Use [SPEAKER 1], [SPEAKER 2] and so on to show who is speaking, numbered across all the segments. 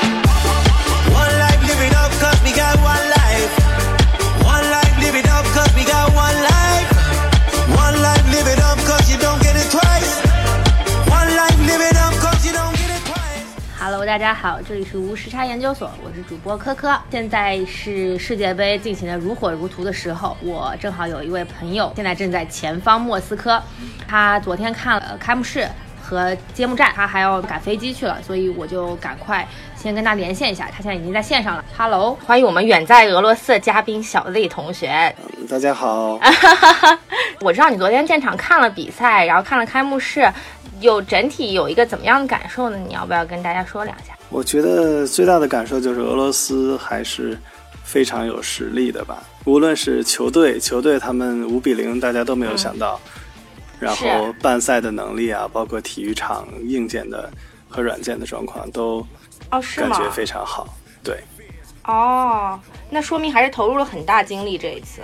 [SPEAKER 1] One life, live it up, cause we got one life. One life, live it up, cause we got one life. One life, live it up, cause you don't get it twice. One life, live it up, cause you don't get it twice.
[SPEAKER 2] Hello，大家好，这里是无时差研究所，我是主播科科。现在是世界杯进行的如火如荼的时候，我正好有一位朋友现在正在前方莫斯科，他昨天看了开幕式和揭幕战，他还要赶飞机去了，所以我就赶快先跟他连线一下，他现在已经在线上了。Hello，欢迎我们远在俄罗斯的嘉宾小 Z 同学。
[SPEAKER 3] 大家好，
[SPEAKER 2] 我知道你昨天现场看了比赛，然后看了开幕式，有整体有一个怎么样的感受呢？你要不要跟大家说两下？
[SPEAKER 3] 我觉得最大的感受就是俄罗斯还是非常有实力的吧，无论是球队，球队他们五比零，大家都没有想到，
[SPEAKER 4] 嗯
[SPEAKER 3] 然后办赛的能力啊，包括体育场硬件的和软件的状况都
[SPEAKER 4] 哦，是
[SPEAKER 3] 感
[SPEAKER 4] 吗？
[SPEAKER 3] 觉非常好。对
[SPEAKER 4] 哦，那说明还是投入了很大精力这一次。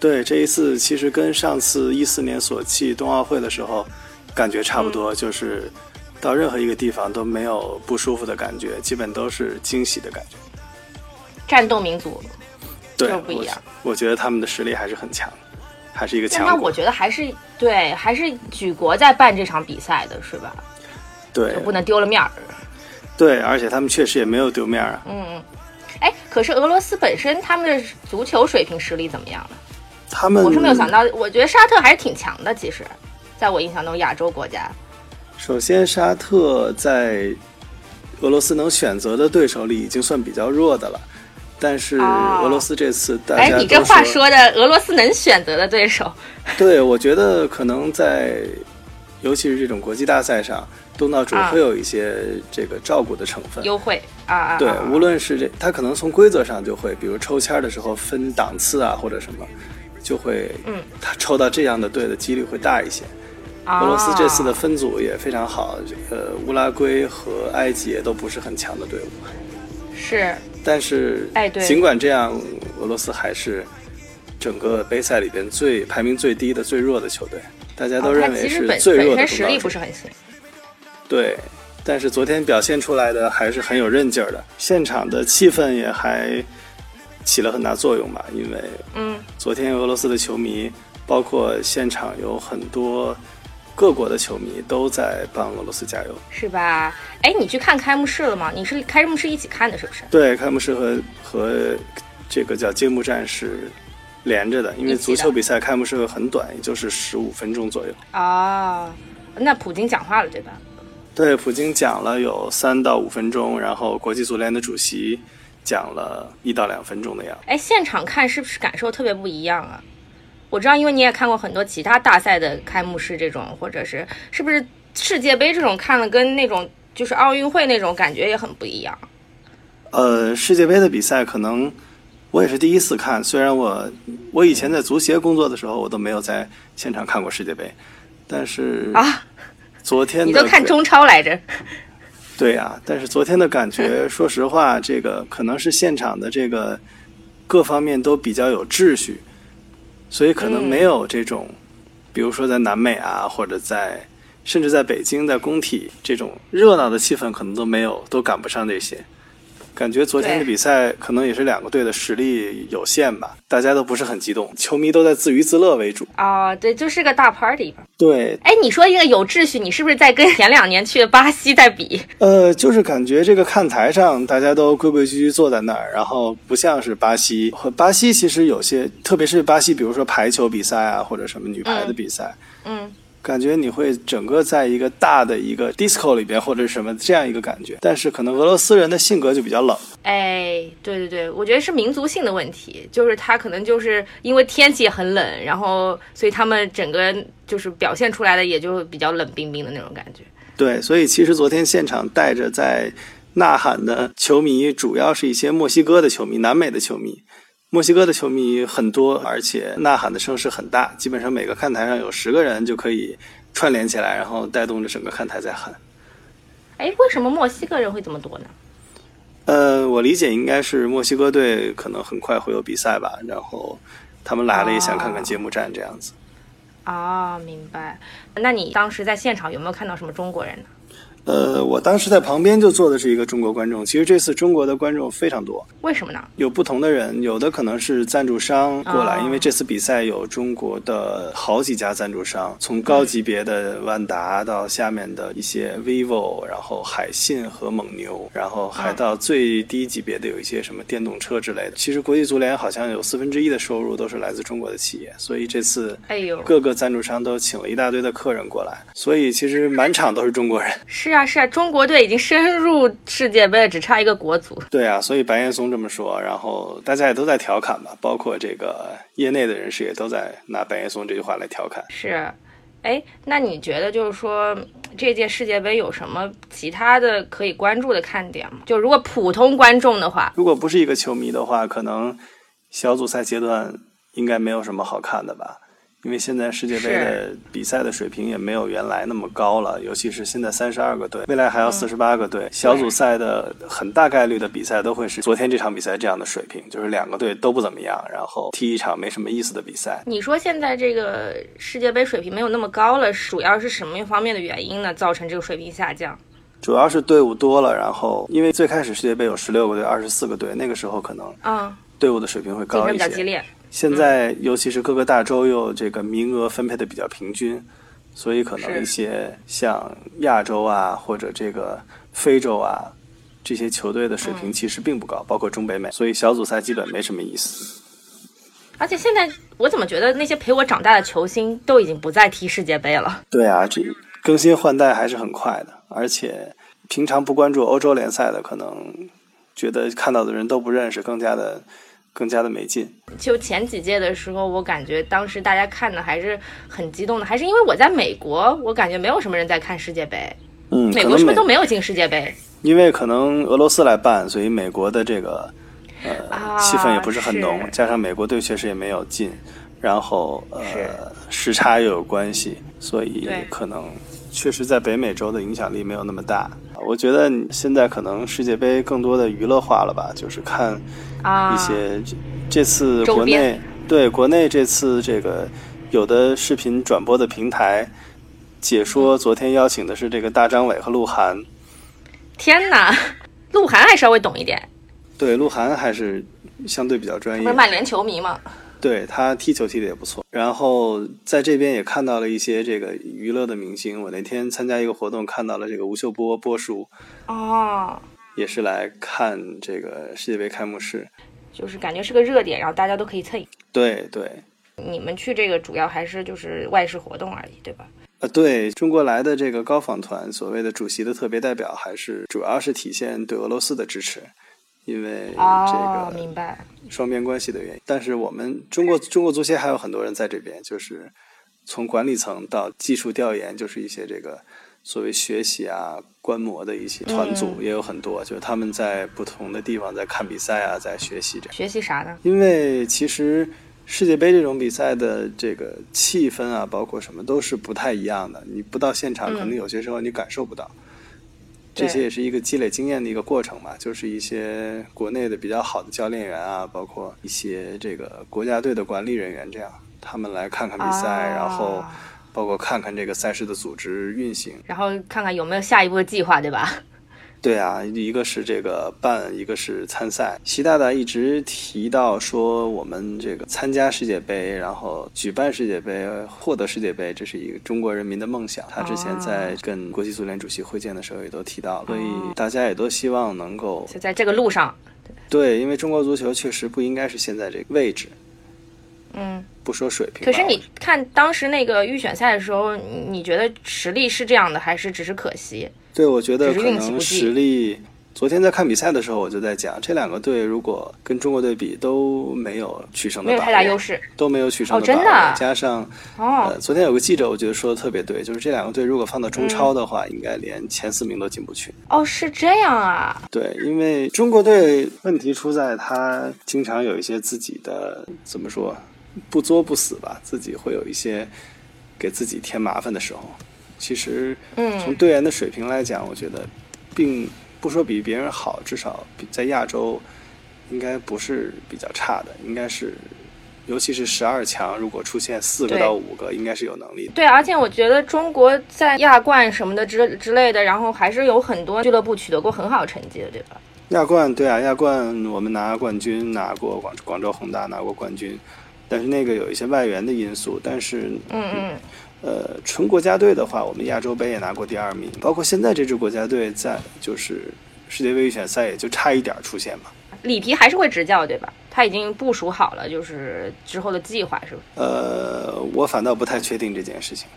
[SPEAKER 3] 对，这一次其实跟上次一四年索契冬奥会的时候感觉差不
[SPEAKER 4] 嗯
[SPEAKER 3] 多，就是到任何一个地方都没有不舒服的感觉，基本都是惊喜的感觉。
[SPEAKER 4] 战斗民族，
[SPEAKER 3] 对，
[SPEAKER 4] 就不一样
[SPEAKER 3] 我。我觉得他们的实力还是很强，还是一个
[SPEAKER 4] 但那
[SPEAKER 3] 强
[SPEAKER 4] 我
[SPEAKER 3] 国。
[SPEAKER 4] 觉得还是对，还是举国在办这场比赛的是吧？
[SPEAKER 3] 对
[SPEAKER 4] 就不能丢了面儿。
[SPEAKER 3] 对，而且他们确实也没有丢面儿啊。
[SPEAKER 4] 哎，可是俄罗斯本身他们的足球水平实力怎么样呢？
[SPEAKER 3] 他们
[SPEAKER 4] 我是没有想。到，我觉得沙特还是挺强的。其实，在我印象中，亚洲国家，
[SPEAKER 3] 首先，沙特在俄罗斯能选择的对手里已经算比较弱的了，但是
[SPEAKER 4] 哦
[SPEAKER 3] 俄罗斯这次大
[SPEAKER 4] 哎
[SPEAKER 3] 家，都
[SPEAKER 4] 你这话说的，俄罗斯能选择的对手，
[SPEAKER 3] 对，我觉得可能在，尤其是这种国际大赛上，东道主
[SPEAKER 4] 啊
[SPEAKER 3] 会有一些这个照顾的成分。
[SPEAKER 4] 优惠啊啊！
[SPEAKER 3] 对
[SPEAKER 4] 啊，
[SPEAKER 3] 无论是这，他可能从规则上就会，比如抽签儿的时候分档次啊，或者什么，就会，
[SPEAKER 4] 嗯，
[SPEAKER 3] 他抽到这样的队的几率会大一些。
[SPEAKER 4] 啊
[SPEAKER 3] 俄罗斯这次的分组也非常好，呃，乌拉圭和埃及也都不是很强的队伍，
[SPEAKER 4] 是
[SPEAKER 3] 但是，
[SPEAKER 4] 哎对
[SPEAKER 3] 尽管这样，俄罗斯还是整个杯赛里边最排名最低的、最弱的球队，大家都
[SPEAKER 4] 哦
[SPEAKER 3] 认
[SPEAKER 4] 他
[SPEAKER 3] 为
[SPEAKER 4] 其实
[SPEAKER 3] 是
[SPEAKER 4] 本
[SPEAKER 3] 最
[SPEAKER 4] 本
[SPEAKER 3] 弱的
[SPEAKER 4] 身
[SPEAKER 3] 东
[SPEAKER 4] 实
[SPEAKER 3] 道
[SPEAKER 4] 力
[SPEAKER 3] 主
[SPEAKER 4] 不是很行。
[SPEAKER 3] 对，但是昨天表现出来的还是很有韧劲儿的，现场的气氛也还起了很大作用吧。因为
[SPEAKER 4] 嗯，
[SPEAKER 3] 昨天俄罗斯的球迷，包括现场有很多各国的球迷都在帮俄罗斯加油。
[SPEAKER 4] 是吧？哎，你去看开幕式了吗？你是开幕式一起看的，是不是？
[SPEAKER 3] 对，开幕式和和这个叫揭幕战是连着的，因为
[SPEAKER 4] 一起
[SPEAKER 3] 足
[SPEAKER 4] 的
[SPEAKER 3] 球比赛开幕式会很短，也就是十五分钟左右。
[SPEAKER 4] 哦，那普京讲话了，对吧？
[SPEAKER 3] 对，普京讲了有三到五分钟，然后国际足联的主席讲了一到两分钟的样子。
[SPEAKER 4] 哎，现场看是不是感受特别不一样啊？我知道，因为你也看过很多其他大赛的开幕式这种，或者是是不是世界杯这种看了跟那种就是奥运会那种感觉也很不一样。
[SPEAKER 3] 呃，世界杯的比赛可能我也是第一次看，虽然我我以前在足协工作的时候，我都没有在现场看过世界杯，但是
[SPEAKER 4] 啊，
[SPEAKER 3] 昨天的
[SPEAKER 4] 你都看
[SPEAKER 3] 感
[SPEAKER 4] 中超来着？
[SPEAKER 3] 对呀、但是昨天的感觉，说实话，这个可能是现场的这个各方面都比较有秩序，所以可能没有这种，比如说在南美啊，或者在甚至在北京在工体这种热闹的气氛，可能都没有，都赶不上这些。感觉昨天的
[SPEAKER 4] 对
[SPEAKER 3] 比赛可能也是两个队的实力有限吧，大家都不是很激动，球迷都在自娱自乐为主。
[SPEAKER 4] 啊、对，就是个大 party 吧。
[SPEAKER 3] 对，
[SPEAKER 4] 哎，你说这个有秩序，你是不是在跟前两年去的巴西在比？
[SPEAKER 3] 呃，就是感觉这个看台上大家都规规矩矩坐在那儿，然后不像是巴西和巴西，其实有些，特别是巴西，比如说排球比赛啊，或者什么女排的比赛，
[SPEAKER 4] 嗯，
[SPEAKER 3] 感觉你会整个在一个大的一个 disco 里边或者是什么这样一个感觉。但是可能俄罗斯人的性格就比较冷，
[SPEAKER 4] 哎，对对对，我觉得是民族性的问题，就是他可能就是因为天气很冷，然后所以他们整个就是表现出来的也就比较冷冰冰的那种感觉。
[SPEAKER 3] 对，所以其实昨天现场带着在呐喊的球迷，主要是一些墨西哥的球迷、南美的球迷。墨西哥的球迷很多，而且呐喊的声势很大，基本上每个看台上有十个人就可以串联起来，然后带动着整个看台在喊。
[SPEAKER 4] 哎，为什么墨西哥人会这么多呢？
[SPEAKER 3] 呃，我理解应该是墨西哥队可能很快会有比赛吧，然后他们来了也想看看揭幕战这样子。
[SPEAKER 4] 哦，明白。那你当时在现场有没有看到什么中国人呢？
[SPEAKER 3] 呃，我当时在旁边就坐的是一个中国观众，其实这次中国的观众非常多，
[SPEAKER 4] 为什么呢？
[SPEAKER 3] 有不同的人，有的可能是赞助商过来，
[SPEAKER 4] 哦
[SPEAKER 3] 因为这次比赛有中国的好几家赞助商，从高级别的万达到下面的一些 vivo，然后海信和蒙牛，然后还到最低级别的有一些什么电动车之类的。其实国际足联好像有四分之一的收入都是来自中国的企业，所以这次
[SPEAKER 4] 哎呦，
[SPEAKER 3] 各个赞助商都请了一大堆的客人过来，所以其实满场都是中国人。
[SPEAKER 4] 是啊是啊，中国队已经深入世界杯了，只差一个国足。
[SPEAKER 3] 对啊，所以白岩松这么说，然后大家也都在调侃吧，包括这个业内的人士也都在拿白岩松这句话来调侃。
[SPEAKER 4] 是，哎，那你觉得就是说这届世界杯有什么其他的可以关注的看点吗？就如果普通观众的话，
[SPEAKER 3] 如果不是一个球迷的话，可能小组赛阶段应该没有什么好看的吧，因为现在世界杯的比赛的水平也没有原来那么高了，尤其是现在三十二个队，未来还要四十八个队，小组赛的很大概率的比赛都会是昨天这场比赛这样的水平，就是两个队都不怎么样，然后踢一场没什么意思的比赛。
[SPEAKER 4] 你说现在这个世界杯水平没有那么高了，主要是什么方面的原因呢？造成这个水平下降？
[SPEAKER 3] 主要是队伍多了，然后因为最开始世界杯有十六个队、二十四个队，那个时候可能
[SPEAKER 4] 嗯，
[SPEAKER 3] 队伍的水平会
[SPEAKER 4] 竞
[SPEAKER 3] 啊高
[SPEAKER 4] 争
[SPEAKER 3] 一
[SPEAKER 4] 比较激
[SPEAKER 3] 些。
[SPEAKER 4] 烈。
[SPEAKER 3] 现在尤其是各个大洲又这个名额分配的比较平均，所以可能
[SPEAKER 4] 是
[SPEAKER 3] 一些像亚洲啊或者这个非洲啊这些球队的水
[SPEAKER 4] 嗯
[SPEAKER 3] 平其实并不高，包括中北美，所以小组赛基本没什么意思。
[SPEAKER 4] 而且现在我怎么觉得那些陪我长大的球星都已经不再踢世界杯了？
[SPEAKER 3] 对啊，这更新换代还是很快的，而且平常不关注欧洲联赛的，可能觉得看到的人都不认识，更加的更加的没劲。
[SPEAKER 4] 就前几届的时候，我感觉当时大家看的还是很激动的，还是因为我在美国，我感觉没有什么人在看世界杯，
[SPEAKER 3] 嗯，
[SPEAKER 4] 美
[SPEAKER 3] 可
[SPEAKER 4] 国
[SPEAKER 3] 能
[SPEAKER 4] 是不
[SPEAKER 3] 美
[SPEAKER 4] 是都没有进世界杯？
[SPEAKER 3] 因为可能俄罗斯来办，所以美国的这个呃
[SPEAKER 4] 啊，
[SPEAKER 3] 气氛也不是很浓，
[SPEAKER 4] 是
[SPEAKER 3] 加上美国队确实也没有进，然后
[SPEAKER 4] 是
[SPEAKER 3] 呃时差又有关系，所以
[SPEAKER 4] 对
[SPEAKER 3] 可能确实在北美洲的影响力没有那么大。我觉得现在可能世界杯更多的娱乐化了吧，就是看
[SPEAKER 4] 啊，
[SPEAKER 3] 一些这这次
[SPEAKER 4] 周
[SPEAKER 3] 国内
[SPEAKER 4] 边
[SPEAKER 3] 对国内这次这个有的视频转播的平台解
[SPEAKER 4] 嗯
[SPEAKER 3] 说，昨天邀请的是这个大张伟和鹿晗，
[SPEAKER 4] 天哪，鹿晗还稍微懂一点，
[SPEAKER 3] 对鹿晗还是相对比较专
[SPEAKER 4] 不
[SPEAKER 3] 业
[SPEAKER 4] 是，曼联球迷嘛？
[SPEAKER 3] 对他踢球踢的也不错。然后在这边也看到了一些这个娱乐的明星，我那天参加一个活动看到了这个吴秀波波叔
[SPEAKER 4] 哦，
[SPEAKER 3] 也是来看这个世界杯开幕式，
[SPEAKER 4] 就是感觉是个热点，然后大家都可以蹭。
[SPEAKER 3] 对对。
[SPEAKER 4] 你们去这个主要还是就是外事活动而已，对吧？
[SPEAKER 3] 呃，对中国来的这个高访团，所谓的主席的特别代表，还是主要是体现对俄罗斯的支持，因为
[SPEAKER 4] 哦，
[SPEAKER 3] 这
[SPEAKER 4] 明
[SPEAKER 3] 个
[SPEAKER 4] 白。
[SPEAKER 3] 双边关系的原因。但是我们中国中国足协还有很多人在这边，就是从管理层到技术调研，就是一些这个所谓学习啊、观摩的一些团
[SPEAKER 4] 嗯
[SPEAKER 3] 组也有很多，就是他们在不同的地方在看比赛啊，在学习这样。
[SPEAKER 4] 学习啥呢？
[SPEAKER 3] 因为其实世界杯这种比赛的这个气氛啊，包括什么都是不太一样的。你不到现场，可能有些时候你感受不到。这
[SPEAKER 4] 嗯对
[SPEAKER 3] 些也是一个积累经验的一个过程嘛，就是一些国内的比较好的教练员啊，包括一些这个国家队的管理人员，这样他们来看看比赛，
[SPEAKER 4] 啊
[SPEAKER 3] 然后包括看看这个赛事的组织运行。
[SPEAKER 4] 然后看看有没有下一步的计划，对吧？
[SPEAKER 3] 对啊，一个是这个办，一个是参赛。习大大一直提到说，我们这个参加世界杯，然后举办世界杯，获得世界杯，这是一个中国人民的梦想。他之前
[SPEAKER 4] 哦
[SPEAKER 3] 在跟国际足联主席会见的时候也都提到了，所以大家也都希望能够
[SPEAKER 4] 就在这个路上，
[SPEAKER 3] 对，因为中国足球确实不应该是现在这个位置，
[SPEAKER 4] 嗯。
[SPEAKER 3] 不说水平吧。
[SPEAKER 4] 可是你看当时那个预选赛的时候，你你觉得实力是这样的，还是只是可惜？
[SPEAKER 3] 对，我觉得
[SPEAKER 4] 只
[SPEAKER 3] 可
[SPEAKER 4] 是运气
[SPEAKER 3] 能
[SPEAKER 4] 不济
[SPEAKER 3] 实力。昨天在看比赛的时候，我就在讲，这两个队如果跟中国队比都没有取胜的
[SPEAKER 4] 没有
[SPEAKER 3] 把
[SPEAKER 4] 太大
[SPEAKER 3] 握
[SPEAKER 4] 优势。
[SPEAKER 3] 都没有取胜
[SPEAKER 4] 哦真的
[SPEAKER 3] 把握加上
[SPEAKER 4] 哦
[SPEAKER 3] 呃，昨天有个记者我觉得说的特别对，就是这两个队如果放到中超的话，应该连前四名都进不去。
[SPEAKER 4] 哦，是这样啊。
[SPEAKER 3] 对，因为中国队问题出在他经常有一些自己的怎么说，不作不死吧，自己会有一些给自己添麻烦的时候。其实，
[SPEAKER 4] 嗯
[SPEAKER 3] 从队员的水平来讲，我觉得并不说比别人好，至少比在亚洲应该不是比较差的，应该是，尤其是十二强，如果出现四个
[SPEAKER 4] 对
[SPEAKER 3] 到五个，应该是有能力的。
[SPEAKER 4] 对，而且我觉得中国在亚冠什么的之之类的，然后还是有很多俱乐部取得过很好成绩的，对吧？
[SPEAKER 3] 亚冠对啊，亚冠我们拿冠军，拿过广广州恒大拿过冠军，但是那个有一些外援的因素。但是，
[SPEAKER 4] 嗯嗯，
[SPEAKER 3] 呃，纯国家队的话，我们亚洲杯也拿过第二名，包括现在这支国家队在就是世界杯预选赛也就差一点儿出现嘛。
[SPEAKER 4] 里皮还是会执教，对吧？他已经部署好了，就是之后的计划，是不是？
[SPEAKER 3] 呃，我反倒不太确定这件事情。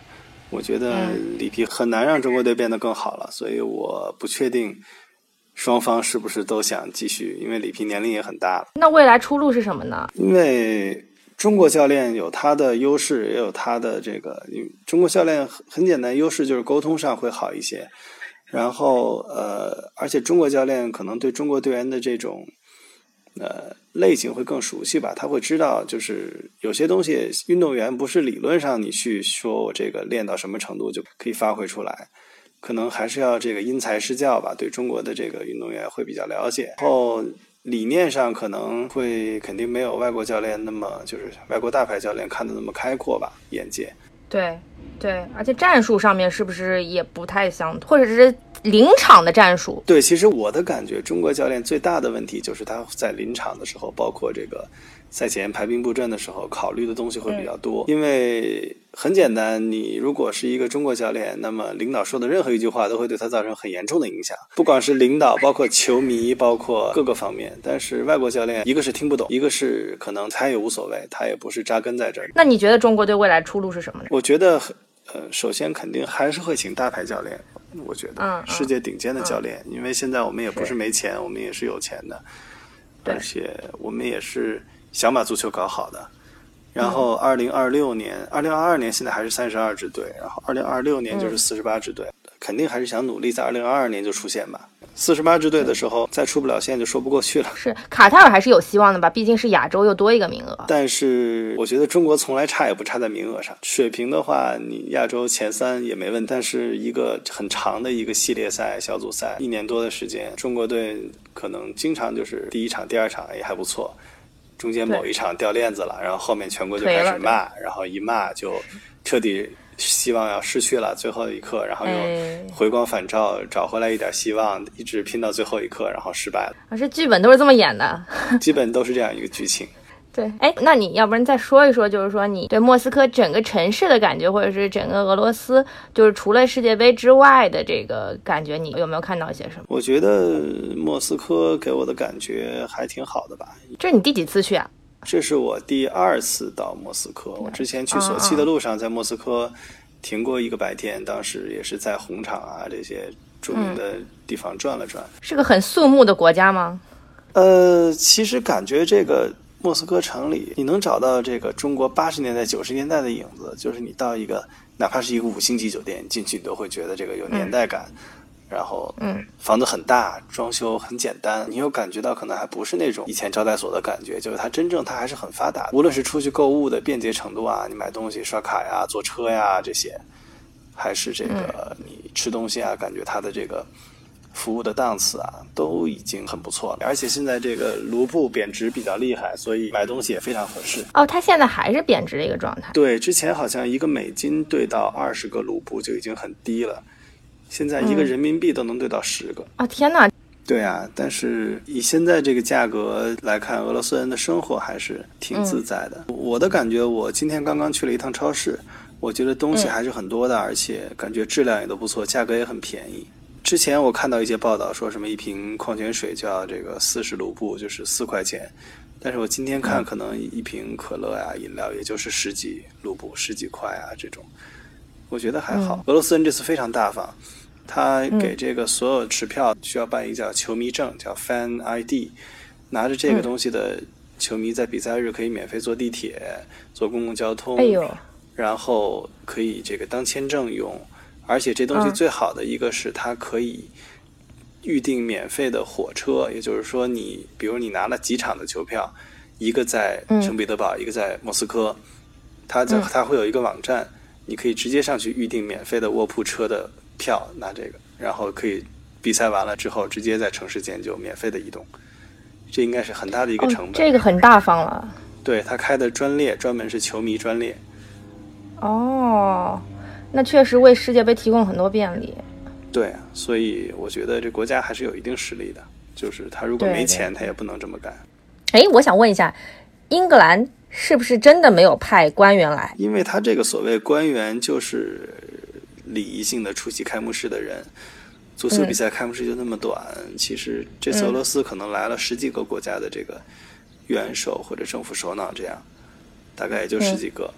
[SPEAKER 3] 我觉得
[SPEAKER 4] 嗯
[SPEAKER 3] 里皮很难让中国队变得更好了，所以我不确定双方是不是都想继续，因为里皮年龄也很大了。
[SPEAKER 4] 那未来出路是什么呢？
[SPEAKER 3] 因为中国教练有他的优势，也有他的这个，因为中国教练很很简单，优势就是沟通上会好一些。然后呃，而且中国教练可能对中国队员的这种呃类型会更熟悉吧，他会知道就是有些东西运动员不是理论上你去说我这个练到什么程度就可以发挥出来，可能还是要这个因材施教吧，对中国的这个运动员会比较了解。然后理念上可能会肯定没有外国教练那么就是外国大牌教练看的那么开阔吧，眼界。
[SPEAKER 4] 对对，而且战术上面是不是也不太相同，或者是临场的战术？
[SPEAKER 3] 对，其实我的感觉，中国教练最大的问题就是他在临场的时候，包括这个赛前排兵布阵的时候，考虑的东西会比较多。因为很简单，你如果是一个中国教练，那么领导说的任何一句话都会对他造成很严重的影响，不管是领导，包括球迷，包括各个方面。但是外国教练，一个是听不懂，一个是可能他也无所谓，他也不是扎根在这儿。
[SPEAKER 4] 那你觉得中国队未来出路是什么呢？
[SPEAKER 3] 我觉得，呃，首先肯定还是会请大牌教练，我觉得、
[SPEAKER 4] 嗯嗯嗯
[SPEAKER 3] 世界顶尖的教练，因为现在我们也不是没钱，我们也是有钱的，
[SPEAKER 4] 对
[SPEAKER 3] 而且我们也是想把足球搞好
[SPEAKER 4] 嗯
[SPEAKER 3] 的。然后，二零二六年、二零二二年现在还是三十二支队，然后二零二
[SPEAKER 4] 嗯
[SPEAKER 3] 六年就是四十八支队，肯定还是想努力在二零二二年就出线吧。四十八支队的时候，再出不了线就说不过去了。
[SPEAKER 4] 是卡塔尔还是有希望的吧？毕竟是亚洲又多一个名额。
[SPEAKER 3] 但是我觉得中国从来差也不差在名额上，水平的话，你亚洲前三也没问题。但是一个很长的一个系列赛、小组赛，一年多的时间，中国队可能经常就是第一场、第二场也还不错，中间某一场掉链子了，然后后面全国就开
[SPEAKER 4] 颓
[SPEAKER 3] 始
[SPEAKER 4] 了
[SPEAKER 3] 骂，然后一骂就彻底希望要失去了最后一刻，然后
[SPEAKER 4] 哎
[SPEAKER 3] 又回光返照，找回来一点希望，一直拼到最后一刻，然后失败了，
[SPEAKER 4] 而这剧本都是这么演的。
[SPEAKER 3] 基本都是这样一个剧情。
[SPEAKER 4] 对， 哎，那你要不然再说一说，就是说你对莫斯科整个城市的感觉，或者是整个俄罗斯，就是除了世界杯之外的这个感觉，你有没有看到一些什么？
[SPEAKER 3] 我觉得莫斯科给我的感觉还挺好的吧。
[SPEAKER 4] 这是你第几次去啊？
[SPEAKER 3] 这是我第二次到莫斯科，我之前去索契的路上，在莫斯科停过一个白天，当时也是在红场啊这些著名的地方转了转。
[SPEAKER 4] 是个很肃穆的国家吗？
[SPEAKER 3] 呃，其实感觉这个莫斯科城里，你能找到这个中国八十年代、九十年代的影子，就是你到一个哪怕是一个五星级酒店进去，你都会觉得这个有年代感。然后，嗯，房子很大，装修很简单，你又感觉到可能还不是那种以前招待所的感觉，就是它真正它还是很发达的。无论是出去购物的便捷程度啊，你买东西刷卡呀、坐车呀这些，还是这个你吃东西啊，感觉它的这个服务的档次啊，都已经很不错了。而且现在这个卢布贬值比较厉害，所以买东西也非常合适。
[SPEAKER 4] 哦，它现在还是贬值的一个状态。
[SPEAKER 3] 对，之前好像一个美金兑到二十个卢布就已经很低了，现在一个人民币都能兑到十个。
[SPEAKER 4] 哦，天哪，
[SPEAKER 3] 对啊，但是以现在这个价格来看，俄罗斯人的生活还是挺自在的。我的感觉，我今天刚刚去了一趟超市，我觉得东
[SPEAKER 4] 嗯
[SPEAKER 3] 西还是很多的，而且感觉质量也都不错，价格也很便宜。之前我看到一些报道说什么一瓶矿泉水就要这个四十卢布，就是四块钱，但是我今天
[SPEAKER 4] 嗯
[SPEAKER 3] 看可能一瓶可乐呀、饮料也就是十几卢布、十几块啊这种，我觉得还好。
[SPEAKER 4] 嗯
[SPEAKER 3] 俄罗斯人这次非常大方，他给这个所有持票需要办一个叫球迷证，叫 Fan ID，拿着
[SPEAKER 4] 嗯
[SPEAKER 3] 这个东西的球迷在比赛日可以免费坐地铁、坐公共交通，
[SPEAKER 4] 哎呦，
[SPEAKER 3] 然后可以这个当签证用，而且这东西
[SPEAKER 4] 嗯
[SPEAKER 3] 最好的一个是它可以预定免费的火车，也就是说你比如你拿了几场的球票，一个在
[SPEAKER 4] 嗯
[SPEAKER 3] 圣彼得堡，一个在莫斯科，它在、它会有一个网站，你可以直接上去预定免费的卧铺车的票，拿这个，然后可以比赛完了之后直接在城市间就免费的移动，这应该是很大的一个成本。
[SPEAKER 4] 哦这个很大方了。
[SPEAKER 3] 对他开的专列，专门是球迷专列。
[SPEAKER 4] 哦，那确实为世界杯提供很多便利。
[SPEAKER 3] 对啊，所以我觉得这国家还是有一定实力的，就是他如果
[SPEAKER 4] 对
[SPEAKER 3] 没
[SPEAKER 4] 对
[SPEAKER 3] 钱，他也不能这么干。
[SPEAKER 4] 哎，我想问一下，英格兰是不是真的没有派官员来？
[SPEAKER 3] 因为他这个所谓官员就是礼仪性的出席开幕式的人，足球
[SPEAKER 4] 嗯
[SPEAKER 3] 比赛开幕式就那么短，其实这次俄罗斯可能来了十几个国家的这个元首或者政府首脑，这样大概也就十几个，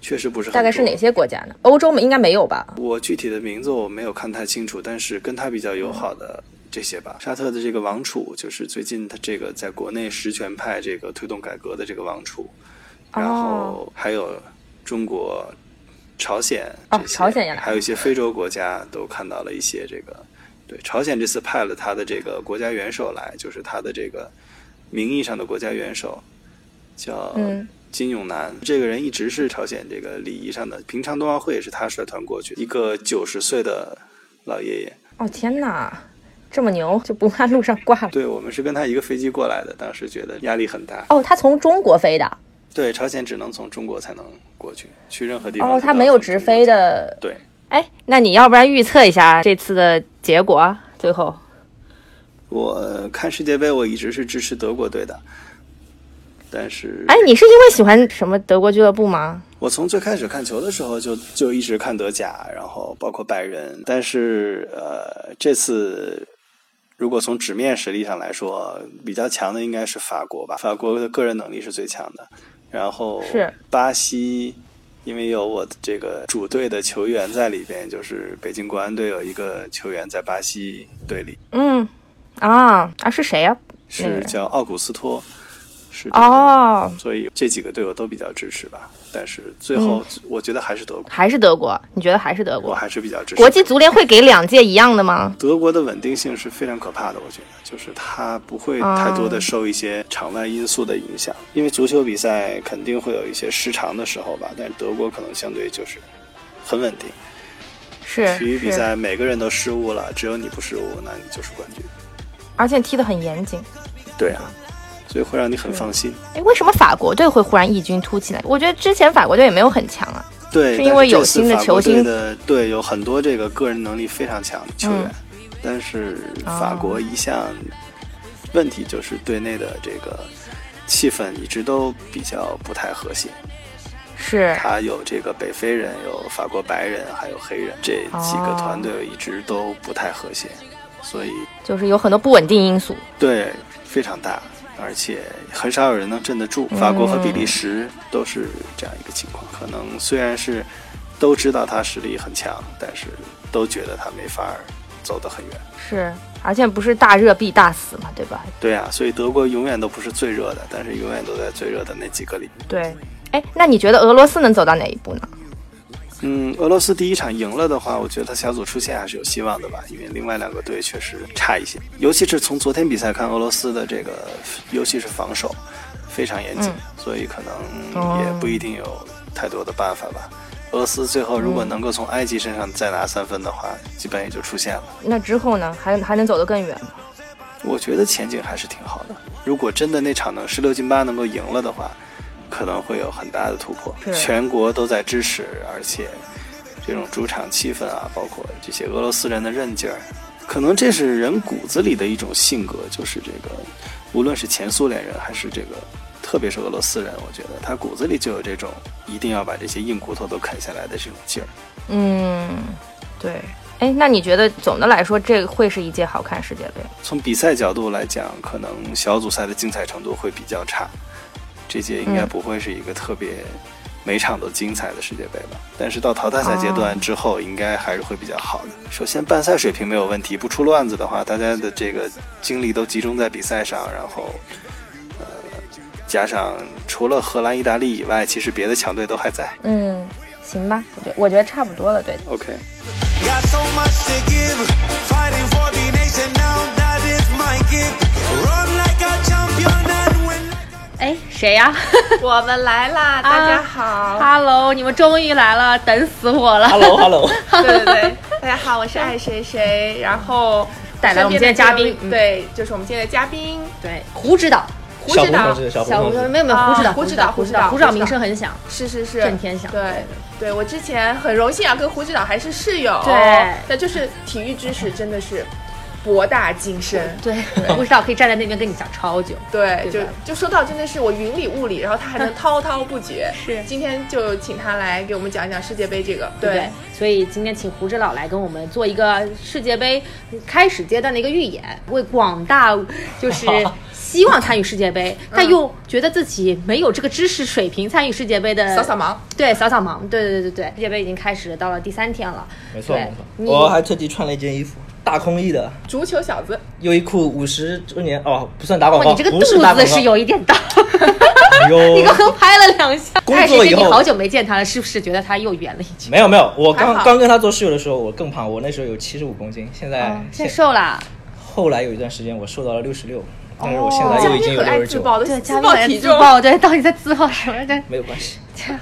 [SPEAKER 3] 确实不是很
[SPEAKER 4] 嗯大概是
[SPEAKER 3] 多
[SPEAKER 4] 哪些国家呢？欧洲应该没有吧？
[SPEAKER 3] 我具体的名字我没有看太清楚，但是跟他比较友好的这些吧，沙特的这个王储，就是最近他这个在国内实权派这个推动改革的这个王储，然后还有中国、朝鲜
[SPEAKER 4] 哦
[SPEAKER 3] 这些
[SPEAKER 4] 朝鲜也来
[SPEAKER 3] 还有一些非洲国家都看到了一些这个，对，朝鲜这次派了他的这个国家元首来，就是他的这个名义上的国家元首叫
[SPEAKER 4] 嗯
[SPEAKER 3] 金永南，这个人一直是朝鲜这个礼仪上的，平常冬奥会也是他率团过去，一个九十岁的老爷爷。
[SPEAKER 4] 哦天哪，这么牛就不怕路上挂了？
[SPEAKER 3] 对我们是跟他一个飞机过来的，当时觉得压力很大。
[SPEAKER 4] 哦，他从中国飞的。
[SPEAKER 3] 对，朝鲜只能从中国才能过去，去任何地方。
[SPEAKER 4] 哦，他没有直飞。的。
[SPEAKER 3] 对，
[SPEAKER 4] 哎，那你要不然预测一下这次的结果？最后
[SPEAKER 3] 我呃看世界杯，我一直是支持德国队的，但是
[SPEAKER 4] 哎，你是因为喜欢什么德国俱乐部吗？
[SPEAKER 3] 我从最开始看球的时候就就一直看德甲，然后包括拜仁，但是呃，这次如果从纸面实力上来说，比较强的应该是法国吧，法国的个人能力是最强的，然后
[SPEAKER 4] 是
[SPEAKER 3] 巴西。因为有我这个主队的球员在里边，就是北京国安队有一个球员在巴西队里，
[SPEAKER 4] 嗯，啊啊是谁呀、
[SPEAKER 3] 是
[SPEAKER 4] 嗯
[SPEAKER 3] 叫奥古斯托，是这个
[SPEAKER 4] 哦，
[SPEAKER 3] 所以这几个队我都比较支持吧。但是最后
[SPEAKER 4] 嗯
[SPEAKER 3] 我觉得还是德国，
[SPEAKER 4] 还是德国？你觉得还是德
[SPEAKER 3] 我
[SPEAKER 4] 国？
[SPEAKER 3] 还是比较支持
[SPEAKER 4] 国际足联会给两届一样的吗？
[SPEAKER 3] 德国的稳定性是非常可怕的，我觉得，就是它不会太多
[SPEAKER 4] 啊
[SPEAKER 3] 的受一些场外因素的影响，因为足球比赛肯定会有一些失常的时候吧，但是德国可能相对就是很稳定。
[SPEAKER 4] 是
[SPEAKER 3] 体育比
[SPEAKER 4] 哎是
[SPEAKER 3] 赛每个人都失误了，只有你不失误，那你就是冠军。
[SPEAKER 4] 而且踢得很严谨。
[SPEAKER 3] 对啊，所以会让你很放心。
[SPEAKER 4] 哎，为什么法国队会忽然异军突起呢？我觉得之前法国队也没有很强啊。
[SPEAKER 3] 对，
[SPEAKER 4] 是因为
[SPEAKER 3] 但这
[SPEAKER 4] 有
[SPEAKER 3] 次
[SPEAKER 4] 新的
[SPEAKER 3] 法
[SPEAKER 4] 球
[SPEAKER 3] 国队
[SPEAKER 4] 星
[SPEAKER 3] 的，对，有很多这个个人能力非常强的球员，
[SPEAKER 4] 嗯
[SPEAKER 3] 但是
[SPEAKER 4] 哦
[SPEAKER 3] 法国一项问题就是队内的这个气氛一直都比较不太和谐。
[SPEAKER 4] 是，
[SPEAKER 3] 他有这个北非人，有法国白人，还有黑人，这几个
[SPEAKER 4] 哦
[SPEAKER 3] 团队一直都不太和谐，所以
[SPEAKER 4] 就是有很多不稳定因素。
[SPEAKER 3] 对非常大，而且很少有人能镇得住。法国和比利时都是这样一个情况，可能虽然是都知道他实力很强，但是都觉得他没法儿走得很远。
[SPEAKER 4] 是，而且不是大热必大死嘛，对吧？
[SPEAKER 3] 对啊，所以德国永远都不是最热的，但是永远都在最热的那几个里。
[SPEAKER 4] 对。哎，那你觉得俄罗斯能走到哪一步呢？
[SPEAKER 3] 嗯，俄罗斯第一场赢了的话，我觉得他小组出线还是有希望的吧，因为另外两个队确实差一些，尤其是从昨天比赛看，俄罗斯的这个，尤其是防守非常严谨，所以可能也不一定有太多的办法吧。俄罗斯最后如果能够从埃及身上再拿三分的话，基本也就出线了。
[SPEAKER 4] 那之后呢？还还能走得更远吗？
[SPEAKER 3] 我觉得前景还是挺好的。如果真的那场能十六进八能够赢了的话，可能会有很大的突破。
[SPEAKER 4] 是
[SPEAKER 3] 全国都在支持，而且这种主场气氛啊，包括这些俄罗斯人的韧劲儿，可能这是人骨子里的一种性格，就是这个，无论是前苏联人还是这个。特别是俄罗斯人，我觉得他骨子里就有这种一定要把这些硬骨头都啃下来的这种劲儿。
[SPEAKER 4] 嗯，对。哎，那你觉得总的来说，这会是一届好看世界杯？
[SPEAKER 3] 从比赛角度来讲，可能小组赛的精彩程度会比较差。这届应该
[SPEAKER 4] 嗯
[SPEAKER 3] 不会是一个特别每场都精彩的世界杯吧？但是到淘汰赛阶
[SPEAKER 4] 哦
[SPEAKER 3] 段之后，应该还是会比较好的。首先，办赛水平没有问题，不出乱子的话，大家的这个精力都集中在比赛上，然后，呃，加上除了荷兰、意大利以外，其实别的强队都还在。
[SPEAKER 4] 嗯，行吧，我觉我觉得差不多了，对。
[SPEAKER 3] OK。
[SPEAKER 1] Got so much to give. Fighting for the nation now, that is my gift. Run like a champion and win.
[SPEAKER 2] 哎，谁呀、
[SPEAKER 4] 我们来啦，
[SPEAKER 2] 大家
[SPEAKER 4] 好
[SPEAKER 2] h e l l o 你们终于来了，等死我了。
[SPEAKER 5] Hello Hello，
[SPEAKER 6] 对对对，大家好，我是爱谁谁。然后
[SPEAKER 2] 带来我们今天嘉宾，嗯
[SPEAKER 5] 对，就是我们今天的嘉宾
[SPEAKER 2] 对，胡指导，
[SPEAKER 5] 胡
[SPEAKER 6] 小
[SPEAKER 5] 指
[SPEAKER 6] 胡
[SPEAKER 5] 导
[SPEAKER 6] 同，志，小胡
[SPEAKER 2] 小胡
[SPEAKER 6] 同
[SPEAKER 2] 说
[SPEAKER 6] 志，
[SPEAKER 2] 没有没有
[SPEAKER 5] 啊
[SPEAKER 2] 胡指导，
[SPEAKER 5] 胡指导
[SPEAKER 2] 胡
[SPEAKER 5] 胡
[SPEAKER 2] 指
[SPEAKER 5] 指
[SPEAKER 2] 导，
[SPEAKER 5] 导
[SPEAKER 2] 胡指导
[SPEAKER 5] 胡指导
[SPEAKER 2] 名声很响，
[SPEAKER 5] 是是是，
[SPEAKER 2] 震天响
[SPEAKER 5] 对对，我之前很荣幸啊，跟胡指导还是室友，
[SPEAKER 2] 对
[SPEAKER 5] 那就是体育知识真的是博大精深。
[SPEAKER 2] 对，胡指导可以站在那边跟你讲超久，
[SPEAKER 5] 对，
[SPEAKER 2] 对
[SPEAKER 5] 就
[SPEAKER 2] 吧
[SPEAKER 5] 就说到真的是我云里雾里，然后他还能滔滔不绝。
[SPEAKER 2] 是
[SPEAKER 5] 今天就请他来给我们讲一讲世界杯这个。
[SPEAKER 2] 对不对，所以今天请胡指导来跟我们做一个世界杯开始阶段的一个预演，为广大 就是希望参与世界杯，
[SPEAKER 5] 嗯
[SPEAKER 2] 但又觉得自己没有这个知识水平参与世界杯的
[SPEAKER 5] 扫扫盲，
[SPEAKER 2] 对，扫扫盲，对对对对对，世界杯已经开始了，到了第三天了，
[SPEAKER 6] 没错
[SPEAKER 2] 对
[SPEAKER 6] 没
[SPEAKER 2] 你
[SPEAKER 6] 错，我还特地穿了一件衣服，大空翼的
[SPEAKER 5] 足球小子，
[SPEAKER 6] 优衣库五十周年哦，不算打广
[SPEAKER 2] 哇，
[SPEAKER 6] 告，
[SPEAKER 2] 你这个肚
[SPEAKER 6] 不是打
[SPEAKER 2] 子
[SPEAKER 6] 广告
[SPEAKER 2] 是，有一点 大，
[SPEAKER 6] 哎 呦
[SPEAKER 2] 你刚刚拍了两下，
[SPEAKER 6] 工
[SPEAKER 2] 哎，
[SPEAKER 6] 作
[SPEAKER 2] 是
[SPEAKER 6] 以
[SPEAKER 2] 因为你
[SPEAKER 6] 后
[SPEAKER 2] 好久没见他了，是不是觉得他又圆了一 圈？
[SPEAKER 6] 没有没有，我
[SPEAKER 5] 还
[SPEAKER 6] 刚
[SPEAKER 5] 好
[SPEAKER 6] 刚跟他做室友的时候，我更胖，我那时候有七十五公斤，现在、
[SPEAKER 2] 哦现在瘦哦了，
[SPEAKER 6] 后来有一段时间我瘦到了六十六，但是我现在又已经
[SPEAKER 5] 很
[SPEAKER 6] 有六
[SPEAKER 5] 爱
[SPEAKER 6] 十
[SPEAKER 5] 自
[SPEAKER 6] 九，
[SPEAKER 5] 爆的
[SPEAKER 2] 对，嘉
[SPEAKER 5] 自
[SPEAKER 2] 宾
[SPEAKER 5] 爆
[SPEAKER 2] 来
[SPEAKER 5] 体
[SPEAKER 2] 自
[SPEAKER 5] 重，
[SPEAKER 2] 爆，对，到底在自爆什么？对，
[SPEAKER 6] 没有关系。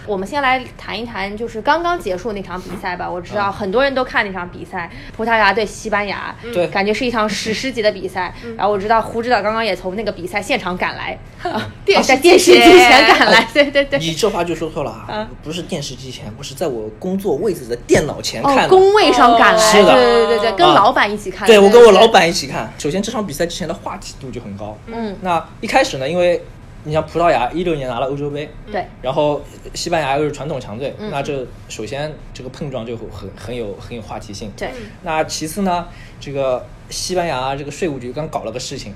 [SPEAKER 2] 我们先来谈一谈，就是刚刚结束那场比赛吧。我知
[SPEAKER 6] 嗯
[SPEAKER 2] 道很多人都看那场比赛，葡萄牙对西班牙，
[SPEAKER 6] 对嗯
[SPEAKER 2] 感觉是一场史诗级的比赛。然后我知道胡指导刚刚也从那个比赛现场赶 来，啊，
[SPEAKER 5] 电视
[SPEAKER 2] 在电视
[SPEAKER 5] 机
[SPEAKER 2] 机前
[SPEAKER 5] 前
[SPEAKER 2] 赶 来，对对对。
[SPEAKER 6] 哦你这话就说错了啊！不是电视机前，我是在我工作位置的电脑前
[SPEAKER 2] 哦，
[SPEAKER 6] 看的。
[SPEAKER 2] 工位上赶来，
[SPEAKER 6] 是的
[SPEAKER 2] 对对对对，跟
[SPEAKER 6] 啊
[SPEAKER 2] 老板一起看。
[SPEAKER 6] 对，我跟我老，板一起看。首先，这场比赛之前的话题度就很高。
[SPEAKER 2] 嗯，
[SPEAKER 6] 那一开始呢，因为你像葡萄牙一六年拿了欧洲杯，
[SPEAKER 2] 对，
[SPEAKER 6] 然后西班牙又是传统强队，那这首先这个碰撞就很很有很有话题性。
[SPEAKER 2] 对，
[SPEAKER 6] 那其次呢，这个西班牙啊这个税务局刚搞了个事情，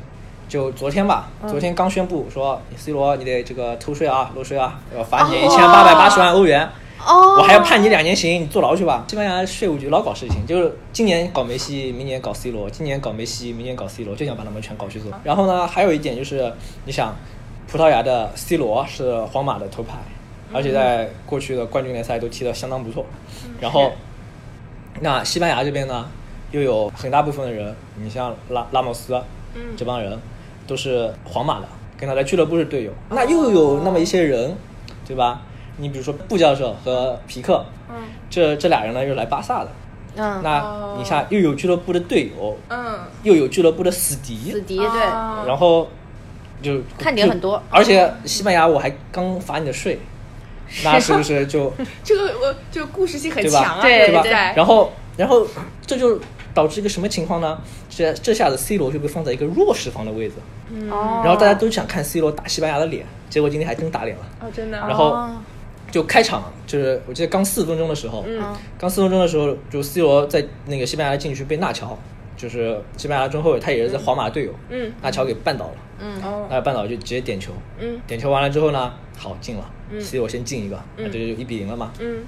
[SPEAKER 6] 就昨天吧，昨天刚宣布说，C 罗你得这个偷税啊、漏税啊，要罚你一千八百八十万欧元。
[SPEAKER 2] 哦
[SPEAKER 6] 我还要判你两年刑，你坐牢去吧。西班牙税务局老搞事情，就是今年搞梅西，明年搞 C 罗，今年搞梅西，明年搞 C 罗，就想把他们全搞去做。然后呢，还有一点就是，你想，葡萄牙的 C 罗是皇马的头牌，而且在过去的冠军联赛都踢得相当不错。然后，那西班牙这边呢，又有很大部分的人，你像拉拉莫斯，啊
[SPEAKER 2] 嗯
[SPEAKER 6] 这帮人都是皇马的，跟他在俱乐部是队友，那又有那么一些人，对吧？你比如说布教授和皮克，
[SPEAKER 5] 嗯
[SPEAKER 6] 这这俩人呢又是来巴萨的，
[SPEAKER 2] 嗯，
[SPEAKER 6] 那你像又有俱乐部的队友，
[SPEAKER 5] 嗯，
[SPEAKER 6] 又有俱乐部的死敌，
[SPEAKER 2] 死敌对，
[SPEAKER 5] 啊
[SPEAKER 6] 然后就
[SPEAKER 2] 看点很多
[SPEAKER 6] 就而且西班牙我还刚罚你 的税，那是不是就
[SPEAKER 5] 这个我这个故事性很
[SPEAKER 6] 对吧
[SPEAKER 5] 强啊，
[SPEAKER 2] 对
[SPEAKER 5] 这
[SPEAKER 6] 吧
[SPEAKER 5] 个比赛？
[SPEAKER 6] 然后，然后这就导致一个什么情况呢？这这下子 C 罗就被放在一个弱势方的位置，
[SPEAKER 5] 嗯
[SPEAKER 2] 哦
[SPEAKER 6] 然后大家都想看 C 罗打西班牙的脸，结果今天还真打脸了。
[SPEAKER 5] 哦，真的啊，
[SPEAKER 6] 然后就开场，就是我记得刚四分钟的时候，
[SPEAKER 5] 嗯
[SPEAKER 6] 刚四分钟的时候，就 C 罗在那个西班牙的禁区被纳乔，就是西班牙的中后卫，他也是在皇马的队友，
[SPEAKER 5] 嗯，
[SPEAKER 6] 纳乔给绊倒了，
[SPEAKER 5] 哦
[SPEAKER 6] 那半岛就直接点球，
[SPEAKER 5] 嗯，
[SPEAKER 6] 点球完了之后呢，好进了、c 罗先进一个，那这就一比零了嘛，
[SPEAKER 5] 嗯，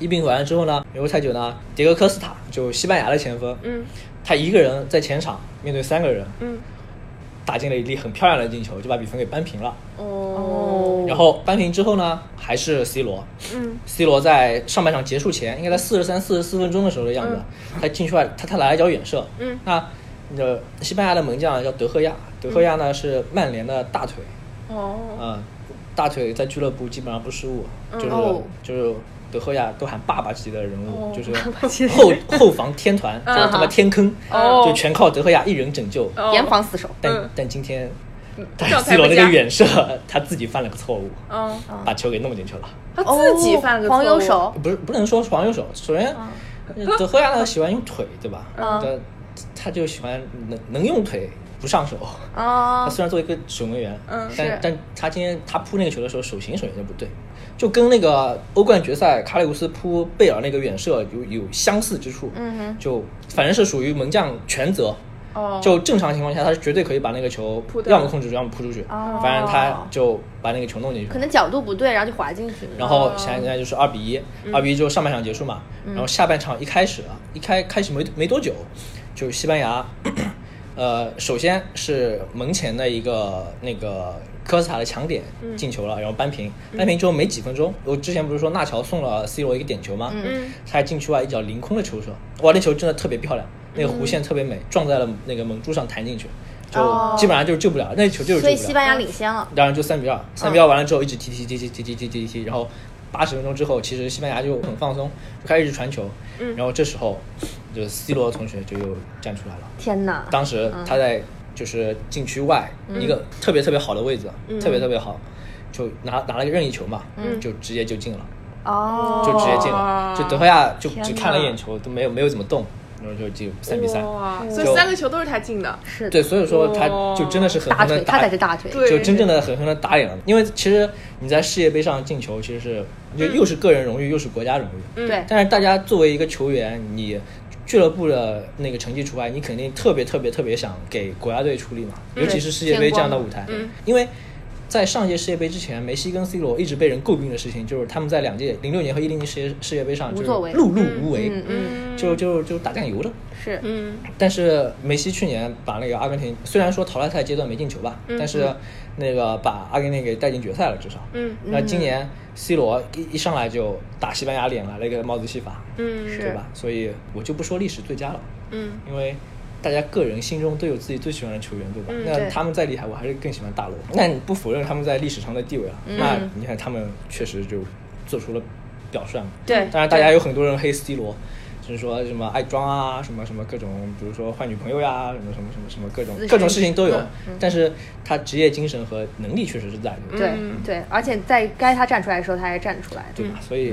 [SPEAKER 6] 一比零完了之后呢，没过太久呢，迭戈科斯塔就西班牙的前锋，
[SPEAKER 5] 嗯，
[SPEAKER 6] 他一个人在前场面对三个人，嗯，打进了一粒很漂亮的进球，就把比分给扳平了。
[SPEAKER 5] 哦，
[SPEAKER 2] 哦，
[SPEAKER 6] 然后扳平之后呢，还是 C 罗。嗯，C 罗在上半场结束前，应该在四十三、四十四分钟的时候的样子，他进去外，他他来了一脚远射。嗯，那呃，西班牙的门将叫德赫亚，德赫亚呢、是曼联的大腿，
[SPEAKER 5] 哦，
[SPEAKER 6] 嗯，大腿在俱乐部基本上不失误，
[SPEAKER 5] 嗯
[SPEAKER 6] 就是、
[SPEAKER 2] 哦
[SPEAKER 6] 就是德赫亚都喊爸爸级的人物，
[SPEAKER 5] 哦
[SPEAKER 6] 就是后后防天团，就
[SPEAKER 2] 嗯
[SPEAKER 6] 他妈天坑，
[SPEAKER 5] 哦
[SPEAKER 6] 就全靠德赫亚一人拯救。
[SPEAKER 5] 哦
[SPEAKER 2] 严防死守，
[SPEAKER 6] 但、
[SPEAKER 5] 嗯
[SPEAKER 6] 但今天，但
[SPEAKER 5] 状
[SPEAKER 6] 是
[SPEAKER 5] 态
[SPEAKER 6] C 罗那
[SPEAKER 5] 不
[SPEAKER 6] 个
[SPEAKER 5] 佳
[SPEAKER 6] 远射，他自己犯了个错误。
[SPEAKER 5] 嗯，
[SPEAKER 6] 把球给弄进去了。
[SPEAKER 5] 他自己犯个
[SPEAKER 2] 哦黄
[SPEAKER 5] 错
[SPEAKER 2] 油
[SPEAKER 5] 误
[SPEAKER 2] 手，
[SPEAKER 6] 不是不能说是黄右手，首先呃德赫亚呢喜欢用腿，对吧？
[SPEAKER 2] 嗯
[SPEAKER 6] 他他就喜欢能能用腿不上手。
[SPEAKER 2] 哦
[SPEAKER 6] 他，虽然作为一个守门员，
[SPEAKER 5] 嗯
[SPEAKER 2] 是
[SPEAKER 6] 但但他今天他扑那个球的时候，手型首先就不对，就跟那个欧冠决赛卡里乌斯扑贝尔那个远射有有相似之处。
[SPEAKER 2] 嗯哼，
[SPEAKER 6] 就反正是属于门将全责。
[SPEAKER 5] 哦，
[SPEAKER 6] 就正常情况下，他是绝对可以把那个球
[SPEAKER 5] 扑掉
[SPEAKER 6] 要么控制住，要么扑出去。
[SPEAKER 2] 哦
[SPEAKER 6] 反正他就把那个球弄进去了。
[SPEAKER 2] 可能角度不对，然后就滑进去了，
[SPEAKER 6] 然后现在就是二比一、
[SPEAKER 2] 嗯
[SPEAKER 6] 二比一之后上半场结束嘛，然后下半场一开始啊，一开开始没没多久，就是西班牙，呃，首先是门前的一个那个科斯塔的抢点
[SPEAKER 2] 嗯
[SPEAKER 6] 进球了，然后扳平，扳平之后没几分钟，我之前不是说纳乔送了 C 罗一个点球吗？
[SPEAKER 5] 嗯
[SPEAKER 6] 他还进去外一脚凌空的球射，哇，那球真的特别漂亮，那个
[SPEAKER 2] 嗯
[SPEAKER 6] 弧线特别美，撞在了那个门柱上弹进去，就
[SPEAKER 2] 哦
[SPEAKER 6] 基本上就是救不了，那球就是救不了。
[SPEAKER 2] 所以西班牙领先了。
[SPEAKER 6] 当然就三比二，三比二完了之后一直踢踢踢踢踢踢踢踢踢，然后八十分钟之后，其实西班牙就很放松，就开始一直传球，然后这时候就是 C 罗同学就又站出来了。
[SPEAKER 2] 天哪！
[SPEAKER 6] 当时他在就是禁区外一个特别特别好的位置，特别特别好，就拿拿了个任意球嘛，就直接就进了，
[SPEAKER 2] 哦，
[SPEAKER 6] 就直接进了，就德赫亚就
[SPEAKER 2] 天
[SPEAKER 6] 只
[SPEAKER 2] 哪
[SPEAKER 6] 看了一眼球，都没有没有怎么动，然后就就三比三。
[SPEAKER 2] 嗯
[SPEAKER 5] 哇，所
[SPEAKER 6] 就
[SPEAKER 5] 以三个球都是他进的。
[SPEAKER 2] 是的
[SPEAKER 6] 对，所以说他
[SPEAKER 5] 哇
[SPEAKER 6] 就真的是狠
[SPEAKER 2] 大
[SPEAKER 6] 狠的
[SPEAKER 2] 腿，
[SPEAKER 6] 打，
[SPEAKER 2] 他才是大腿。
[SPEAKER 5] 对
[SPEAKER 6] 就真正的狠狠的打脸了。因为其实你在世界杯上进球，其实是就
[SPEAKER 2] 嗯
[SPEAKER 6] 又是个人荣誉，又是国家荣誉。
[SPEAKER 5] 嗯
[SPEAKER 2] 对
[SPEAKER 6] 但是大家作为一个球员，你俱乐部的那个成绩除外，你肯定特别特别特别想给国家队出力嘛，
[SPEAKER 2] 嗯
[SPEAKER 6] 尤其是世界杯这样的舞台，因为。在上届世界杯之前，梅西跟 C 罗一直被人诟病的事情，就是他们在两届零六年和一零年世界世界杯上就
[SPEAKER 2] 无
[SPEAKER 6] 是
[SPEAKER 2] 作为
[SPEAKER 6] 碌碌无为，
[SPEAKER 2] 嗯嗯，
[SPEAKER 6] 就就就打酱油的。
[SPEAKER 2] 是
[SPEAKER 5] 嗯，
[SPEAKER 6] 但是梅西去年把那个阿根廷，虽然说淘汰赛阶段没进球吧，但是那个把阿根廷给带进决赛了，至少。
[SPEAKER 5] 嗯。
[SPEAKER 6] 那今年 C 罗一一上来就打西班牙脸来了一个帽子戏法，
[SPEAKER 5] 嗯
[SPEAKER 6] 对吧？所以我就不说历史最佳了，
[SPEAKER 5] 嗯，
[SPEAKER 6] 因为大家个人心中都有自己最喜欢的球员，对吧？
[SPEAKER 2] 对
[SPEAKER 6] 那他们再厉害，我还是更喜欢大罗。那你不否认他们在历史上的地位啊？那你看他们确实就做出了表率嘛。
[SPEAKER 4] 对
[SPEAKER 6] 当然，大家有很多人黑 C 罗，就是说什么爱装啊，什么什么各种，比如说换女朋友呀、什么什么什么什么各种各种事情都有。但是他职业精神和能力确实是在的，
[SPEAKER 2] 对对，而且在该他站出来的时候，他还站出来。
[SPEAKER 6] 对吧？所以，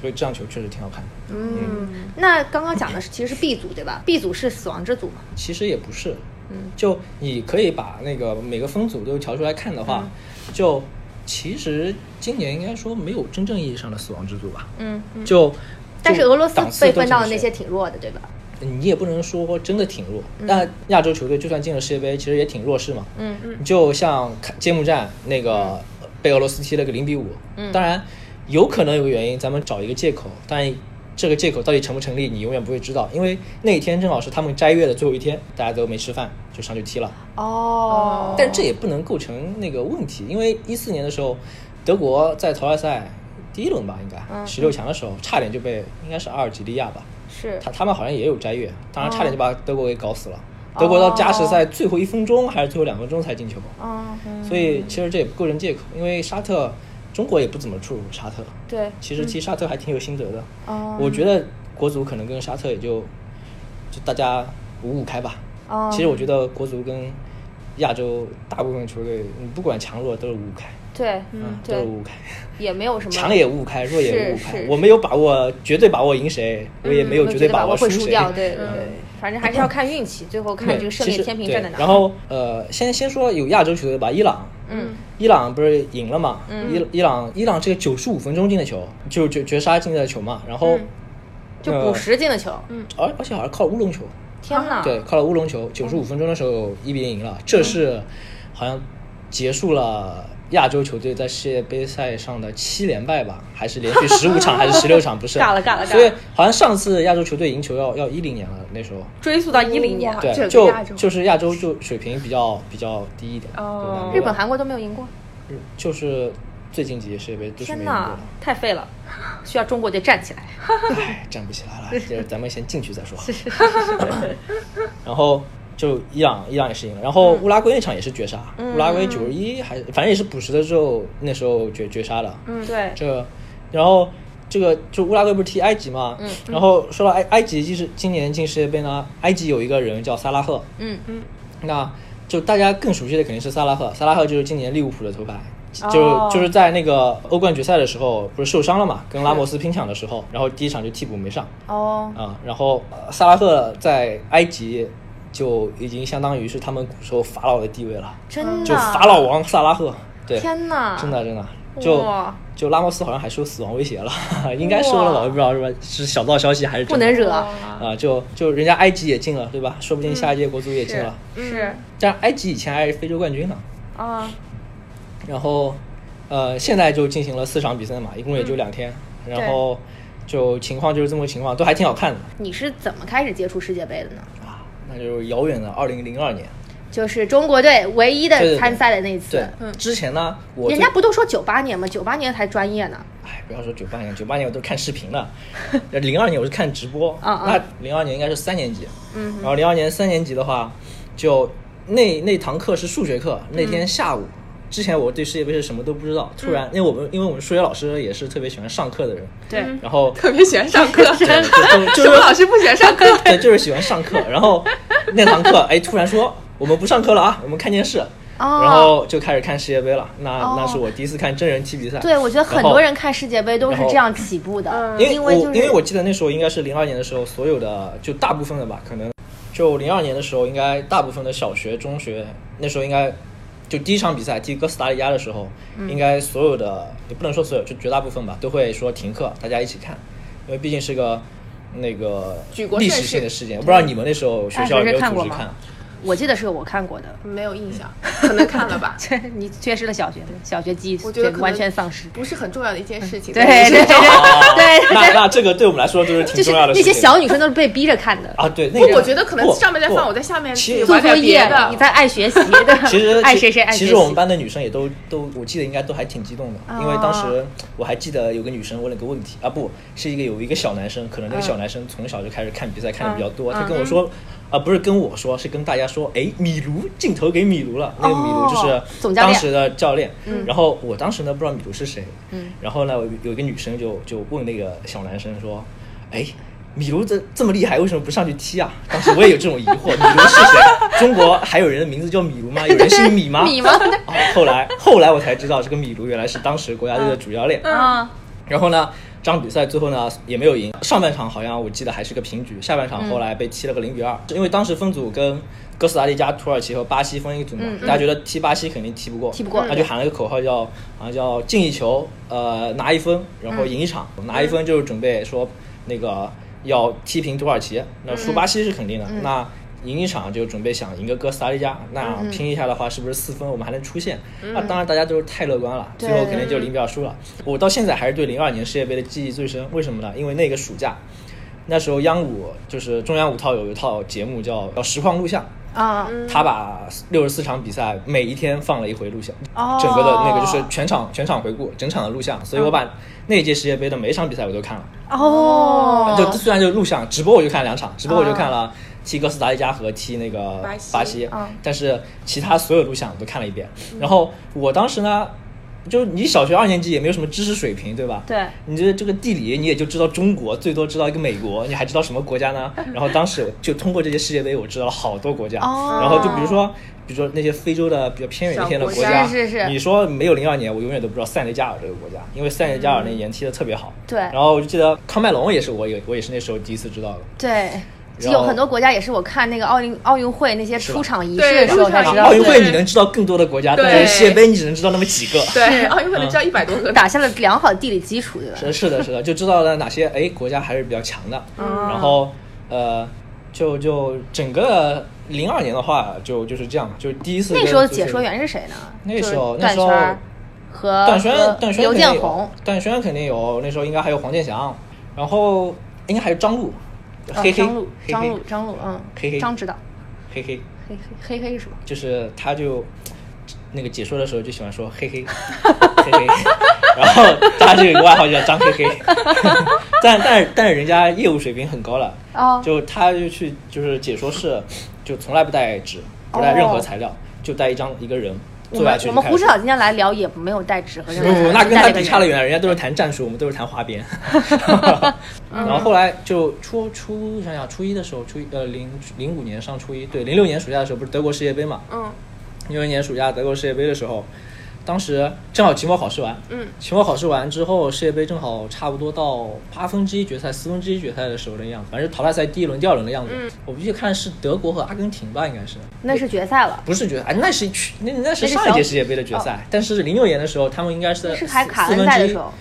[SPEAKER 6] 所以这场球确实挺好看的。
[SPEAKER 2] 嗯，那刚刚讲的是其实是 B 组对吧？B 组是死亡之组嘛？
[SPEAKER 6] 其实也不是，
[SPEAKER 2] 嗯
[SPEAKER 6] 就你可以把那个每个分组都调出来看的话，
[SPEAKER 2] 嗯
[SPEAKER 6] 就其实今年应该说没有真正意义上的死亡之组吧，
[SPEAKER 2] 嗯，
[SPEAKER 6] 就
[SPEAKER 2] 但是
[SPEAKER 6] 就
[SPEAKER 2] 俄罗斯
[SPEAKER 6] 档次
[SPEAKER 2] 被
[SPEAKER 6] 都
[SPEAKER 2] 分
[SPEAKER 6] 进
[SPEAKER 2] 到
[SPEAKER 6] 不
[SPEAKER 2] 的那
[SPEAKER 6] 去
[SPEAKER 2] 些挺弱的对吧？
[SPEAKER 6] 你也不能说真的挺弱。那、亚洲球队就算进了世界杯，其实也挺弱势嘛。
[SPEAKER 2] 嗯
[SPEAKER 6] 嗯，就像看揭幕战那个被俄罗斯踢了个零比五，嗯，当然有可能有个原因，咱们找一个借口，但这个借口到底成不成立，你永远不会知道，因为那一天正好是他们斋月的最后一天，大家都没吃饭，就上去踢了。
[SPEAKER 2] 哦，
[SPEAKER 6] 但这也不能构成那个问题，因为一四年的时候，德国在淘汰赛第一轮吧，应
[SPEAKER 2] 嗯
[SPEAKER 6] 该十六强的时候，差点就被应该是阿尔及利亚吧，
[SPEAKER 2] 是哦
[SPEAKER 6] 他他们好像也有斋月，当然差点就把德国给搞死了。德国到加时赛最后一分钟还是最后两分钟才进球，
[SPEAKER 2] 嗯，
[SPEAKER 6] 所以其实这也不构成借口，因为沙特中国也不怎么出入沙特，
[SPEAKER 2] 对，
[SPEAKER 6] 其实踢沙特还挺有心得的。
[SPEAKER 2] 嗯哦
[SPEAKER 6] 我觉得国足可能跟沙特也就就大家五五开吧。
[SPEAKER 2] 哦
[SPEAKER 6] 其实我觉得国足跟亚洲大部分球队，你不管强弱都是五五开，
[SPEAKER 2] 对，
[SPEAKER 6] 嗯，都是
[SPEAKER 2] 对，
[SPEAKER 6] 五五开，
[SPEAKER 2] 也没有什么
[SPEAKER 6] 强也五五开，弱也
[SPEAKER 2] 是
[SPEAKER 6] 五五开
[SPEAKER 2] 是。嗯
[SPEAKER 6] 我没有把握，绝对把握赢谁，我也没有绝对
[SPEAKER 2] 把
[SPEAKER 6] 握
[SPEAKER 2] 会
[SPEAKER 6] 输
[SPEAKER 2] 输
[SPEAKER 6] 谁。
[SPEAKER 2] 掉，对对对，反正还是要看运气，最后看
[SPEAKER 6] 对
[SPEAKER 2] 这个胜
[SPEAKER 6] 其
[SPEAKER 2] 利
[SPEAKER 6] 实
[SPEAKER 2] 天平
[SPEAKER 6] 对
[SPEAKER 2] 站在哪儿。
[SPEAKER 6] 然后呃，先先说有亚洲球队吧，伊朗，
[SPEAKER 2] 嗯，
[SPEAKER 6] 伊朗不是赢了嘛？伊伊朗伊朗这个九十五分钟进的球，就绝绝杀进的球嘛，然后、
[SPEAKER 2] 嗯就
[SPEAKER 6] 呃
[SPEAKER 2] 补时啊进的球，
[SPEAKER 6] 而而且好像靠乌龙球，
[SPEAKER 2] 天哪！
[SPEAKER 6] 对，靠了乌龙球，九十五分钟的时候一比零赢了，这是好像结束了亚洲球队在世界杯赛上的七连败吧，还是连续十五场还是十六场不 是？
[SPEAKER 2] 尬了尬了尬了
[SPEAKER 6] 所以好像上次亚洲球队赢球要要一零年了，那时候。
[SPEAKER 4] 追溯到一零
[SPEAKER 2] 啊
[SPEAKER 4] 年
[SPEAKER 5] 哇，
[SPEAKER 6] 对，
[SPEAKER 5] 整啊
[SPEAKER 6] 就
[SPEAKER 5] 个亚洲
[SPEAKER 6] 就是亚洲就水平比较比较低一点，
[SPEAKER 5] 哦
[SPEAKER 6] 对
[SPEAKER 2] 日
[SPEAKER 6] 吧
[SPEAKER 2] 本、韩国都没有赢过，
[SPEAKER 6] 日就是最近几届世界杯都是
[SPEAKER 2] 天
[SPEAKER 6] 没赢过
[SPEAKER 2] 哪
[SPEAKER 6] 的，，
[SPEAKER 2] 太废 了，需要中国队站起来。
[SPEAKER 6] 唉，哎站不起来了，就是咱们先进去再说。啊 然后就伊朗，伊朗也是赢了。然
[SPEAKER 2] 嗯
[SPEAKER 6] 后乌拉圭那场也是绝杀，乌拉圭九十一还反正也是补时的时候，那时候绝绝杀的。
[SPEAKER 2] 嗯，对，
[SPEAKER 6] 这个，然后这个就乌拉圭不是踢埃及嘛？嗯。然后说到埃埃及，就是今年进世界杯呢，埃及有一个人叫萨拉赫。
[SPEAKER 2] 嗯
[SPEAKER 6] 嗯。那就大家更熟悉的肯定是萨拉赫，萨拉赫就是今年利物浦的头牌。就
[SPEAKER 2] 哦
[SPEAKER 6] 就是在那个欧冠决赛的时候，不是受伤了嘛，跟拉莫斯拼抢的时候，然后第一场就替补没上，
[SPEAKER 2] 哦，
[SPEAKER 6] 啊、然后呃萨拉赫在埃及就已经相当于是他们古时候法老的地位了，
[SPEAKER 2] 真
[SPEAKER 6] 就
[SPEAKER 2] 的，
[SPEAKER 6] 法老王萨拉赫，对，
[SPEAKER 2] 天哪，
[SPEAKER 6] 真的真的，就
[SPEAKER 2] 哇
[SPEAKER 6] 就拉莫斯好像还受死亡威胁了， 应该受了吧？我也不知道是吧？是小道消息还是
[SPEAKER 2] 不
[SPEAKER 6] 真的
[SPEAKER 2] 能惹，
[SPEAKER 6] 啊、就就人家埃及也进了，对吧？说不定下一届国足也进了，
[SPEAKER 5] 嗯
[SPEAKER 2] 是
[SPEAKER 6] 但埃及以前还是非洲冠军呢，
[SPEAKER 2] 啊，
[SPEAKER 6] 然后呃，现在就进行了四场比赛嘛，一共也就两天，
[SPEAKER 2] 对
[SPEAKER 6] 然后就情况就是这么个情况，都还挺好看的。
[SPEAKER 2] 你是怎么开始接触世界杯的呢？
[SPEAKER 6] 啊，那就是遥远的二零零二年。
[SPEAKER 2] 就是中国队唯一
[SPEAKER 6] 对对
[SPEAKER 2] 的
[SPEAKER 6] 对
[SPEAKER 2] 参赛的那一次，
[SPEAKER 6] 对，之前呢，
[SPEAKER 2] 嗯
[SPEAKER 6] 我
[SPEAKER 2] 人
[SPEAKER 6] 最
[SPEAKER 2] 家不都说九八年吗？九八年才专业呢。
[SPEAKER 6] 哎，不要说九八年，九八年我都看视频了，零二年我是看直播。
[SPEAKER 2] 啊啊
[SPEAKER 6] 那零二年应该是三年级，嗯，然后零二年三年级的话，就那那堂课是数学课，那天下午。之前我对世界杯是什么都不知道，突然因为我们因为我们数学老师也是特别喜欢上课的人，
[SPEAKER 2] 对，
[SPEAKER 6] 然后
[SPEAKER 5] 特别喜欢上 课，
[SPEAKER 6] 对就就
[SPEAKER 5] 什
[SPEAKER 6] 就
[SPEAKER 5] 么
[SPEAKER 6] 是
[SPEAKER 5] 老师不喜欢上课？
[SPEAKER 6] 对，就是喜欢上课。然后那堂课，哎，突然说我们不上课了啊，我们看电视，
[SPEAKER 2] 哦
[SPEAKER 6] 然后就开始看世界杯了。那、
[SPEAKER 2] 哦
[SPEAKER 6] 那是我第一次看真人踢比赛。
[SPEAKER 2] 对，我觉得很
[SPEAKER 6] 啊然后
[SPEAKER 2] 多人看世界杯都是
[SPEAKER 6] 然后
[SPEAKER 2] 这样起步的，
[SPEAKER 5] 嗯
[SPEAKER 6] 因为
[SPEAKER 2] 因
[SPEAKER 6] 我
[SPEAKER 2] 为就是
[SPEAKER 6] 因为我记得那时候应该是零二年的时候，所有的就大部分的吧，可能就零二年的时候，应该大部分的小学、中学那时候应该就第一场比赛踢哥斯达黎加的时候，应
[SPEAKER 5] 嗯
[SPEAKER 6] 该所有的也不能说所有，就绝大部分吧，都会说停课，大家一起看，因为毕竟是个。那个
[SPEAKER 5] 举国啊
[SPEAKER 6] 历
[SPEAKER 5] 盛
[SPEAKER 6] 史性
[SPEAKER 5] 世
[SPEAKER 6] 的事件，我不知道你们那时候学
[SPEAKER 2] 大
[SPEAKER 6] 校有
[SPEAKER 2] 学是
[SPEAKER 6] 没有
[SPEAKER 2] 看
[SPEAKER 6] 组
[SPEAKER 2] 过
[SPEAKER 6] 织
[SPEAKER 2] 吗
[SPEAKER 6] 看？
[SPEAKER 2] 我记得是我看过的，
[SPEAKER 5] 没有印象， 可能看了吧。
[SPEAKER 2] 你缺失了小学，小学记忆
[SPEAKER 5] 我觉得可能
[SPEAKER 2] 完全丧失。
[SPEAKER 5] 不是很重要的一件事情。
[SPEAKER 2] 对
[SPEAKER 5] 但是
[SPEAKER 2] 对对对，
[SPEAKER 6] 啊那那这个对我们来说就是挺
[SPEAKER 2] 就是
[SPEAKER 6] 重要的
[SPEAKER 2] 那
[SPEAKER 6] 事情。
[SPEAKER 2] 些小女生都是被逼着看的，
[SPEAKER 6] 啊，对，那
[SPEAKER 5] 不，
[SPEAKER 6] 个
[SPEAKER 5] 我觉得可能
[SPEAKER 6] 不
[SPEAKER 5] 上面在
[SPEAKER 6] 不
[SPEAKER 5] 放，我在下面
[SPEAKER 6] 其实
[SPEAKER 5] 玩
[SPEAKER 2] 做作
[SPEAKER 5] 点
[SPEAKER 2] 业
[SPEAKER 5] 别的
[SPEAKER 6] 啊
[SPEAKER 2] 你。在爱学习的，
[SPEAKER 6] 其实
[SPEAKER 2] 爱谁谁爱谁。
[SPEAKER 6] 其实我们班的女生也都都，我记得应该都还挺激动的，因为当
[SPEAKER 2] 哦
[SPEAKER 6] 时我还记得有个女生问了个问题啊，不是一个有一个小男生，可能那个小
[SPEAKER 2] 嗯
[SPEAKER 6] 男生从小就开始看比赛看的比较多，他跟我说。啊，不是跟我说，是跟大家说，哎，米卢镜头给米卢了，那个米卢就是
[SPEAKER 2] 哦总教
[SPEAKER 6] 当
[SPEAKER 2] 练
[SPEAKER 6] 时的教练。
[SPEAKER 2] 嗯
[SPEAKER 6] 然后我当时呢不知道米卢是谁，然后呢有有一个女生就就问那个小男生说，哎，米卢这这么厉害，为什么不上去踢啊？当时我也有这种疑惑， 米卢是谁？中国还有人的名字叫米卢吗？有人姓米吗？
[SPEAKER 2] 米吗
[SPEAKER 6] 哦后来后来我才知道，这个米卢原来是当时国家队的主教练。
[SPEAKER 2] 啊，
[SPEAKER 6] 然后呢，这场比赛最后呢也没有赢，上半场好像我记得还是个平局，下半
[SPEAKER 2] 嗯
[SPEAKER 6] 场后来被踢了个零比二、因为当时分组跟哥斯达黎加、土耳其和巴西分一组嘛，大家觉得踢巴西肯定踢不
[SPEAKER 2] 嗯
[SPEAKER 6] 过，
[SPEAKER 2] 踢不过
[SPEAKER 6] 那就喊了一个口号叫啊叫进一球，呃拿一分，然
[SPEAKER 2] 嗯
[SPEAKER 6] 后赢一场，拿一分就是准备说那个要踢平土耳其，那输巴西是肯定的，那。赢一场就准备想赢个哥斯达黎加，那拼一下的话，是不是四分我们还能出线？那当然大家都是太乐观了，最后肯定就零比二输了。我到现在还是对零二年世界杯的记忆最深，为什么呢？因为那个暑假，那时候央五就是中央五套有一套节目叫叫实况录像。
[SPEAKER 2] 啊，
[SPEAKER 5] 嗯
[SPEAKER 6] 他把六十四场比赛每一天放了一回录像，
[SPEAKER 2] 哦
[SPEAKER 6] 整个的那个就是全场全场回顾，整场的录像，
[SPEAKER 2] 嗯
[SPEAKER 6] 所以我把那一届世界杯的每一场比赛我都看了，
[SPEAKER 2] 哦，
[SPEAKER 6] 就虽然就录像直播，我就看了两场，直播我就看了踢哥斯达黎加和踢那个
[SPEAKER 5] 巴西
[SPEAKER 6] 巴西，
[SPEAKER 2] 嗯
[SPEAKER 6] 但是其他所有录像我都看了一遍。然后我当时呢，就你小学二年级也没有什么知识水平，对吧？
[SPEAKER 2] 对
[SPEAKER 6] 你这这个地理你也就知道中国，最多知道一个美国，你还知道什么国 家呢？然后当时就通过这些世界杯，我知道了好多国家。
[SPEAKER 2] 哦
[SPEAKER 6] 然后就比如说。比如说那些非洲的比较偏远一些的
[SPEAKER 5] 小国
[SPEAKER 6] 国
[SPEAKER 5] 家
[SPEAKER 6] 家，
[SPEAKER 2] 是是是
[SPEAKER 6] 你说没有零二年，我永远都不知道塞内加尔这个国家，因为塞内加尔那年踢的特别好。
[SPEAKER 2] 嗯对
[SPEAKER 6] 然后我就记得康麦隆也是我也我也是那时候第一次知道的。
[SPEAKER 2] 对。
[SPEAKER 6] 然
[SPEAKER 2] 有
[SPEAKER 6] 后
[SPEAKER 2] 很多国家也是我看那个奥运奥运会那些
[SPEAKER 6] 是
[SPEAKER 2] 出
[SPEAKER 6] 吧
[SPEAKER 2] 场仪式的
[SPEAKER 5] 对
[SPEAKER 2] 时候
[SPEAKER 5] 出
[SPEAKER 2] 才
[SPEAKER 5] 场
[SPEAKER 2] 知
[SPEAKER 5] 仪
[SPEAKER 2] 道
[SPEAKER 6] 啊奥运
[SPEAKER 2] 的，
[SPEAKER 6] 会你能知道更多的国家，
[SPEAKER 5] 对
[SPEAKER 6] 但是世界杯你只能知道那么几个。
[SPEAKER 5] 对，哦奥运会能知道
[SPEAKER 6] 嗯
[SPEAKER 5] 一百多个。
[SPEAKER 2] 打下了良好的地理基础，对吧？
[SPEAKER 6] 是是的，是的，就知道了哪些哎国家还是比较强的。
[SPEAKER 2] 嗯
[SPEAKER 6] 然后呃，就就整个零二年的话，就就是这样，就是第一次
[SPEAKER 2] 那
[SPEAKER 6] 跟
[SPEAKER 2] 时候
[SPEAKER 6] 足
[SPEAKER 2] 解
[SPEAKER 6] 球
[SPEAKER 2] 说员是谁呢？
[SPEAKER 6] 那时候
[SPEAKER 2] 就是段
[SPEAKER 6] 那时候
[SPEAKER 2] 轩儿和
[SPEAKER 6] 段轩
[SPEAKER 2] 和
[SPEAKER 6] 段轩
[SPEAKER 2] 刘
[SPEAKER 6] 肯定
[SPEAKER 2] 建
[SPEAKER 6] 有
[SPEAKER 2] 宏，，
[SPEAKER 6] 段轩肯定有，那时候应该还有黄健翔，然后应该还有张璐，
[SPEAKER 2] 啊
[SPEAKER 6] 黑黑
[SPEAKER 2] 张璐，
[SPEAKER 6] 黑
[SPEAKER 2] 张
[SPEAKER 6] 黑
[SPEAKER 2] 璐，张璐，嗯，
[SPEAKER 6] 嘿嘿
[SPEAKER 2] 张指导，
[SPEAKER 6] 黑黑。
[SPEAKER 2] 嘿嘿嘿嘿是什么？
[SPEAKER 6] 就是他就那个解说的时候就喜欢说 嘿嘿嘿嘿，然后他就有个外号叫张嘿 嘿，但但是但是人家业务水平很高了，
[SPEAKER 2] 哦
[SPEAKER 6] 就他就去就是解说室就从来不带纸，不带任何材料，就带一张一个人
[SPEAKER 2] 哦我
[SPEAKER 6] 坐下
[SPEAKER 2] 们
[SPEAKER 6] 去
[SPEAKER 2] 我
[SPEAKER 6] 就
[SPEAKER 2] 们
[SPEAKER 6] 开始
[SPEAKER 2] 胡指导今天来聊也没有带纸和任
[SPEAKER 6] 不
[SPEAKER 2] 何材
[SPEAKER 6] 不，
[SPEAKER 2] 料，
[SPEAKER 6] 那跟
[SPEAKER 2] 带
[SPEAKER 6] 他
[SPEAKER 2] 一个
[SPEAKER 6] 比差了
[SPEAKER 2] 人
[SPEAKER 6] 远了，人家都是谈战术，我们都是谈花 边。然后后来就初初想想初一的时候，初一呃零零五年上初一，对零六年暑假的时候不是德国世界杯嘛？
[SPEAKER 5] 嗯，
[SPEAKER 6] 零六年暑假德国世界杯的时候，当时正好期末考试完，嗯，期末考试完之后，世界杯正好差不多到八分之一决赛、四分之一决赛的时候的样子，反正淘汰赛第一轮、第二轮的样子。我不记得看是德国和阿根廷吧，应该是。
[SPEAKER 2] 那是决赛了，
[SPEAKER 6] 不是决赛，哎那是去那那是
[SPEAKER 2] 那是
[SPEAKER 6] 上一
[SPEAKER 2] 小哦
[SPEAKER 6] 届世界杯的决赛，但是零六年的时候，他们应该是在
[SPEAKER 2] 是还
[SPEAKER 6] 呃四
[SPEAKER 2] 卡
[SPEAKER 6] 四
[SPEAKER 2] 恩
[SPEAKER 6] 分
[SPEAKER 2] 赛
[SPEAKER 6] 之
[SPEAKER 2] 的
[SPEAKER 6] 一
[SPEAKER 2] 时候，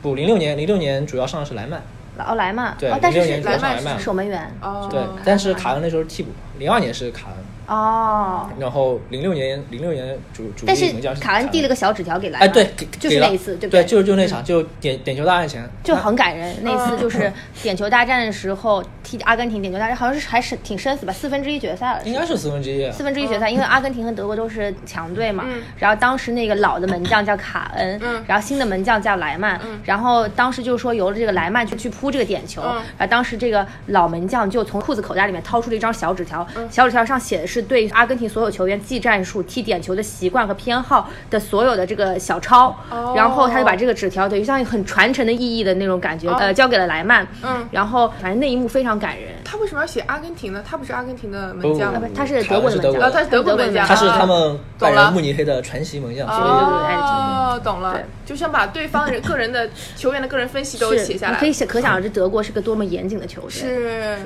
[SPEAKER 6] 不，零六年零六年主要上的是莱曼，
[SPEAKER 2] 老莱曼，
[SPEAKER 6] 对
[SPEAKER 2] 哦，但是
[SPEAKER 6] 06
[SPEAKER 2] 是
[SPEAKER 6] 年主
[SPEAKER 5] 要
[SPEAKER 2] 莱
[SPEAKER 5] 上
[SPEAKER 6] 莱曼
[SPEAKER 2] 曼是守门员，
[SPEAKER 5] 哦
[SPEAKER 6] 对，但是卡恩那时候是替补，零二年是卡恩，
[SPEAKER 2] 哦，
[SPEAKER 6] 然后零六年零六年主主
[SPEAKER 2] 但
[SPEAKER 6] 力
[SPEAKER 2] 是
[SPEAKER 6] 门将是
[SPEAKER 2] 卡恩递了个小纸条给莱
[SPEAKER 6] 哎
[SPEAKER 2] 曼，
[SPEAKER 6] 对，给
[SPEAKER 2] 就
[SPEAKER 6] 给
[SPEAKER 2] 是
[SPEAKER 6] 了
[SPEAKER 2] 那一次，对
[SPEAKER 6] 对
[SPEAKER 2] 不对？嗯
[SPEAKER 6] 就是就那场就点点球大战前，
[SPEAKER 2] 就很感人。那次就是点球大战的时候，替阿根廷点球，但是好像是还是挺生死吧，四分之一决赛了，
[SPEAKER 6] 应该是四分之一。
[SPEAKER 2] 四分之一决赛，因为阿根廷和德国都是强队嘛。
[SPEAKER 5] 嗯
[SPEAKER 2] 然后当时那个老的门将叫卡恩，
[SPEAKER 5] 嗯
[SPEAKER 2] 然后新的门将叫莱曼，然后当时就说由这个莱曼去去扑这个点球，
[SPEAKER 5] 嗯
[SPEAKER 2] 然后当时这个老门将就从裤子口袋里面掏出了一张小纸条，
[SPEAKER 5] 嗯
[SPEAKER 2] 小纸条上写的是对阿根廷所有球员技战术、踢点球的习惯和偏好的所有的这个小抄，
[SPEAKER 5] 哦
[SPEAKER 2] 然后他就把这个纸条等于像很传承的意义的那种感觉，
[SPEAKER 5] 哦
[SPEAKER 2] 呃，交给了莱曼，
[SPEAKER 5] 嗯
[SPEAKER 2] 然后反正那一幕非常感人。
[SPEAKER 5] 他为什么要写阿根廷呢？他不是阿根廷的门
[SPEAKER 6] 不
[SPEAKER 5] 将
[SPEAKER 6] 不
[SPEAKER 5] 吗
[SPEAKER 6] 不，
[SPEAKER 2] 他是
[SPEAKER 6] 卡
[SPEAKER 2] 德国
[SPEAKER 6] 恩
[SPEAKER 2] 的
[SPEAKER 6] 是
[SPEAKER 2] 门将，
[SPEAKER 6] 德国
[SPEAKER 5] 哦他是德国门
[SPEAKER 2] 啊
[SPEAKER 5] 将
[SPEAKER 6] 他是他们拜
[SPEAKER 5] 懂了
[SPEAKER 6] 仁慕尼黑的传奇门将，所以
[SPEAKER 2] 对对
[SPEAKER 5] 哦，懂了
[SPEAKER 2] 对，
[SPEAKER 5] 就想把对方人个人的球员的个人分析都
[SPEAKER 2] 是
[SPEAKER 5] 写下
[SPEAKER 2] 你
[SPEAKER 5] 来
[SPEAKER 2] 可。以想可想而知，德国是个多么严谨的球队。
[SPEAKER 5] 是，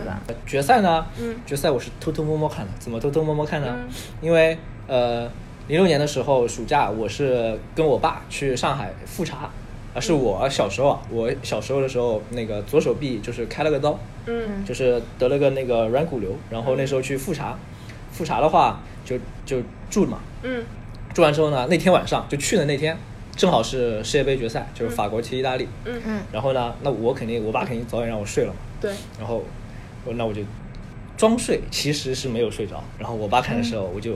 [SPEAKER 6] 决赛呢，
[SPEAKER 5] 嗯
[SPEAKER 6] 决赛我是偷偷摸摸看的。怎么偷偷摸摸看呢？因为呃，零六年的时候暑假，我是跟我爸去上海复查，啊，
[SPEAKER 5] 嗯
[SPEAKER 6] 是我小时候啊，我小时候的时候那个左手臂就是开了个刀，
[SPEAKER 5] 嗯，
[SPEAKER 6] 就是得了个那个软骨瘤，然后那时候去复查，复查的话就就住嘛，
[SPEAKER 5] 嗯，
[SPEAKER 6] 住完之后呢，那天晚上就去的那天，正好是世界杯决赛，就是法国踢意大利，
[SPEAKER 5] 嗯
[SPEAKER 2] 嗯
[SPEAKER 6] 然后呢，那我肯定我爸肯定早点让我睡了嘛。
[SPEAKER 5] 对，
[SPEAKER 6] 然后我那我就装睡，其实是没有睡着。然后我爸看的时候，我就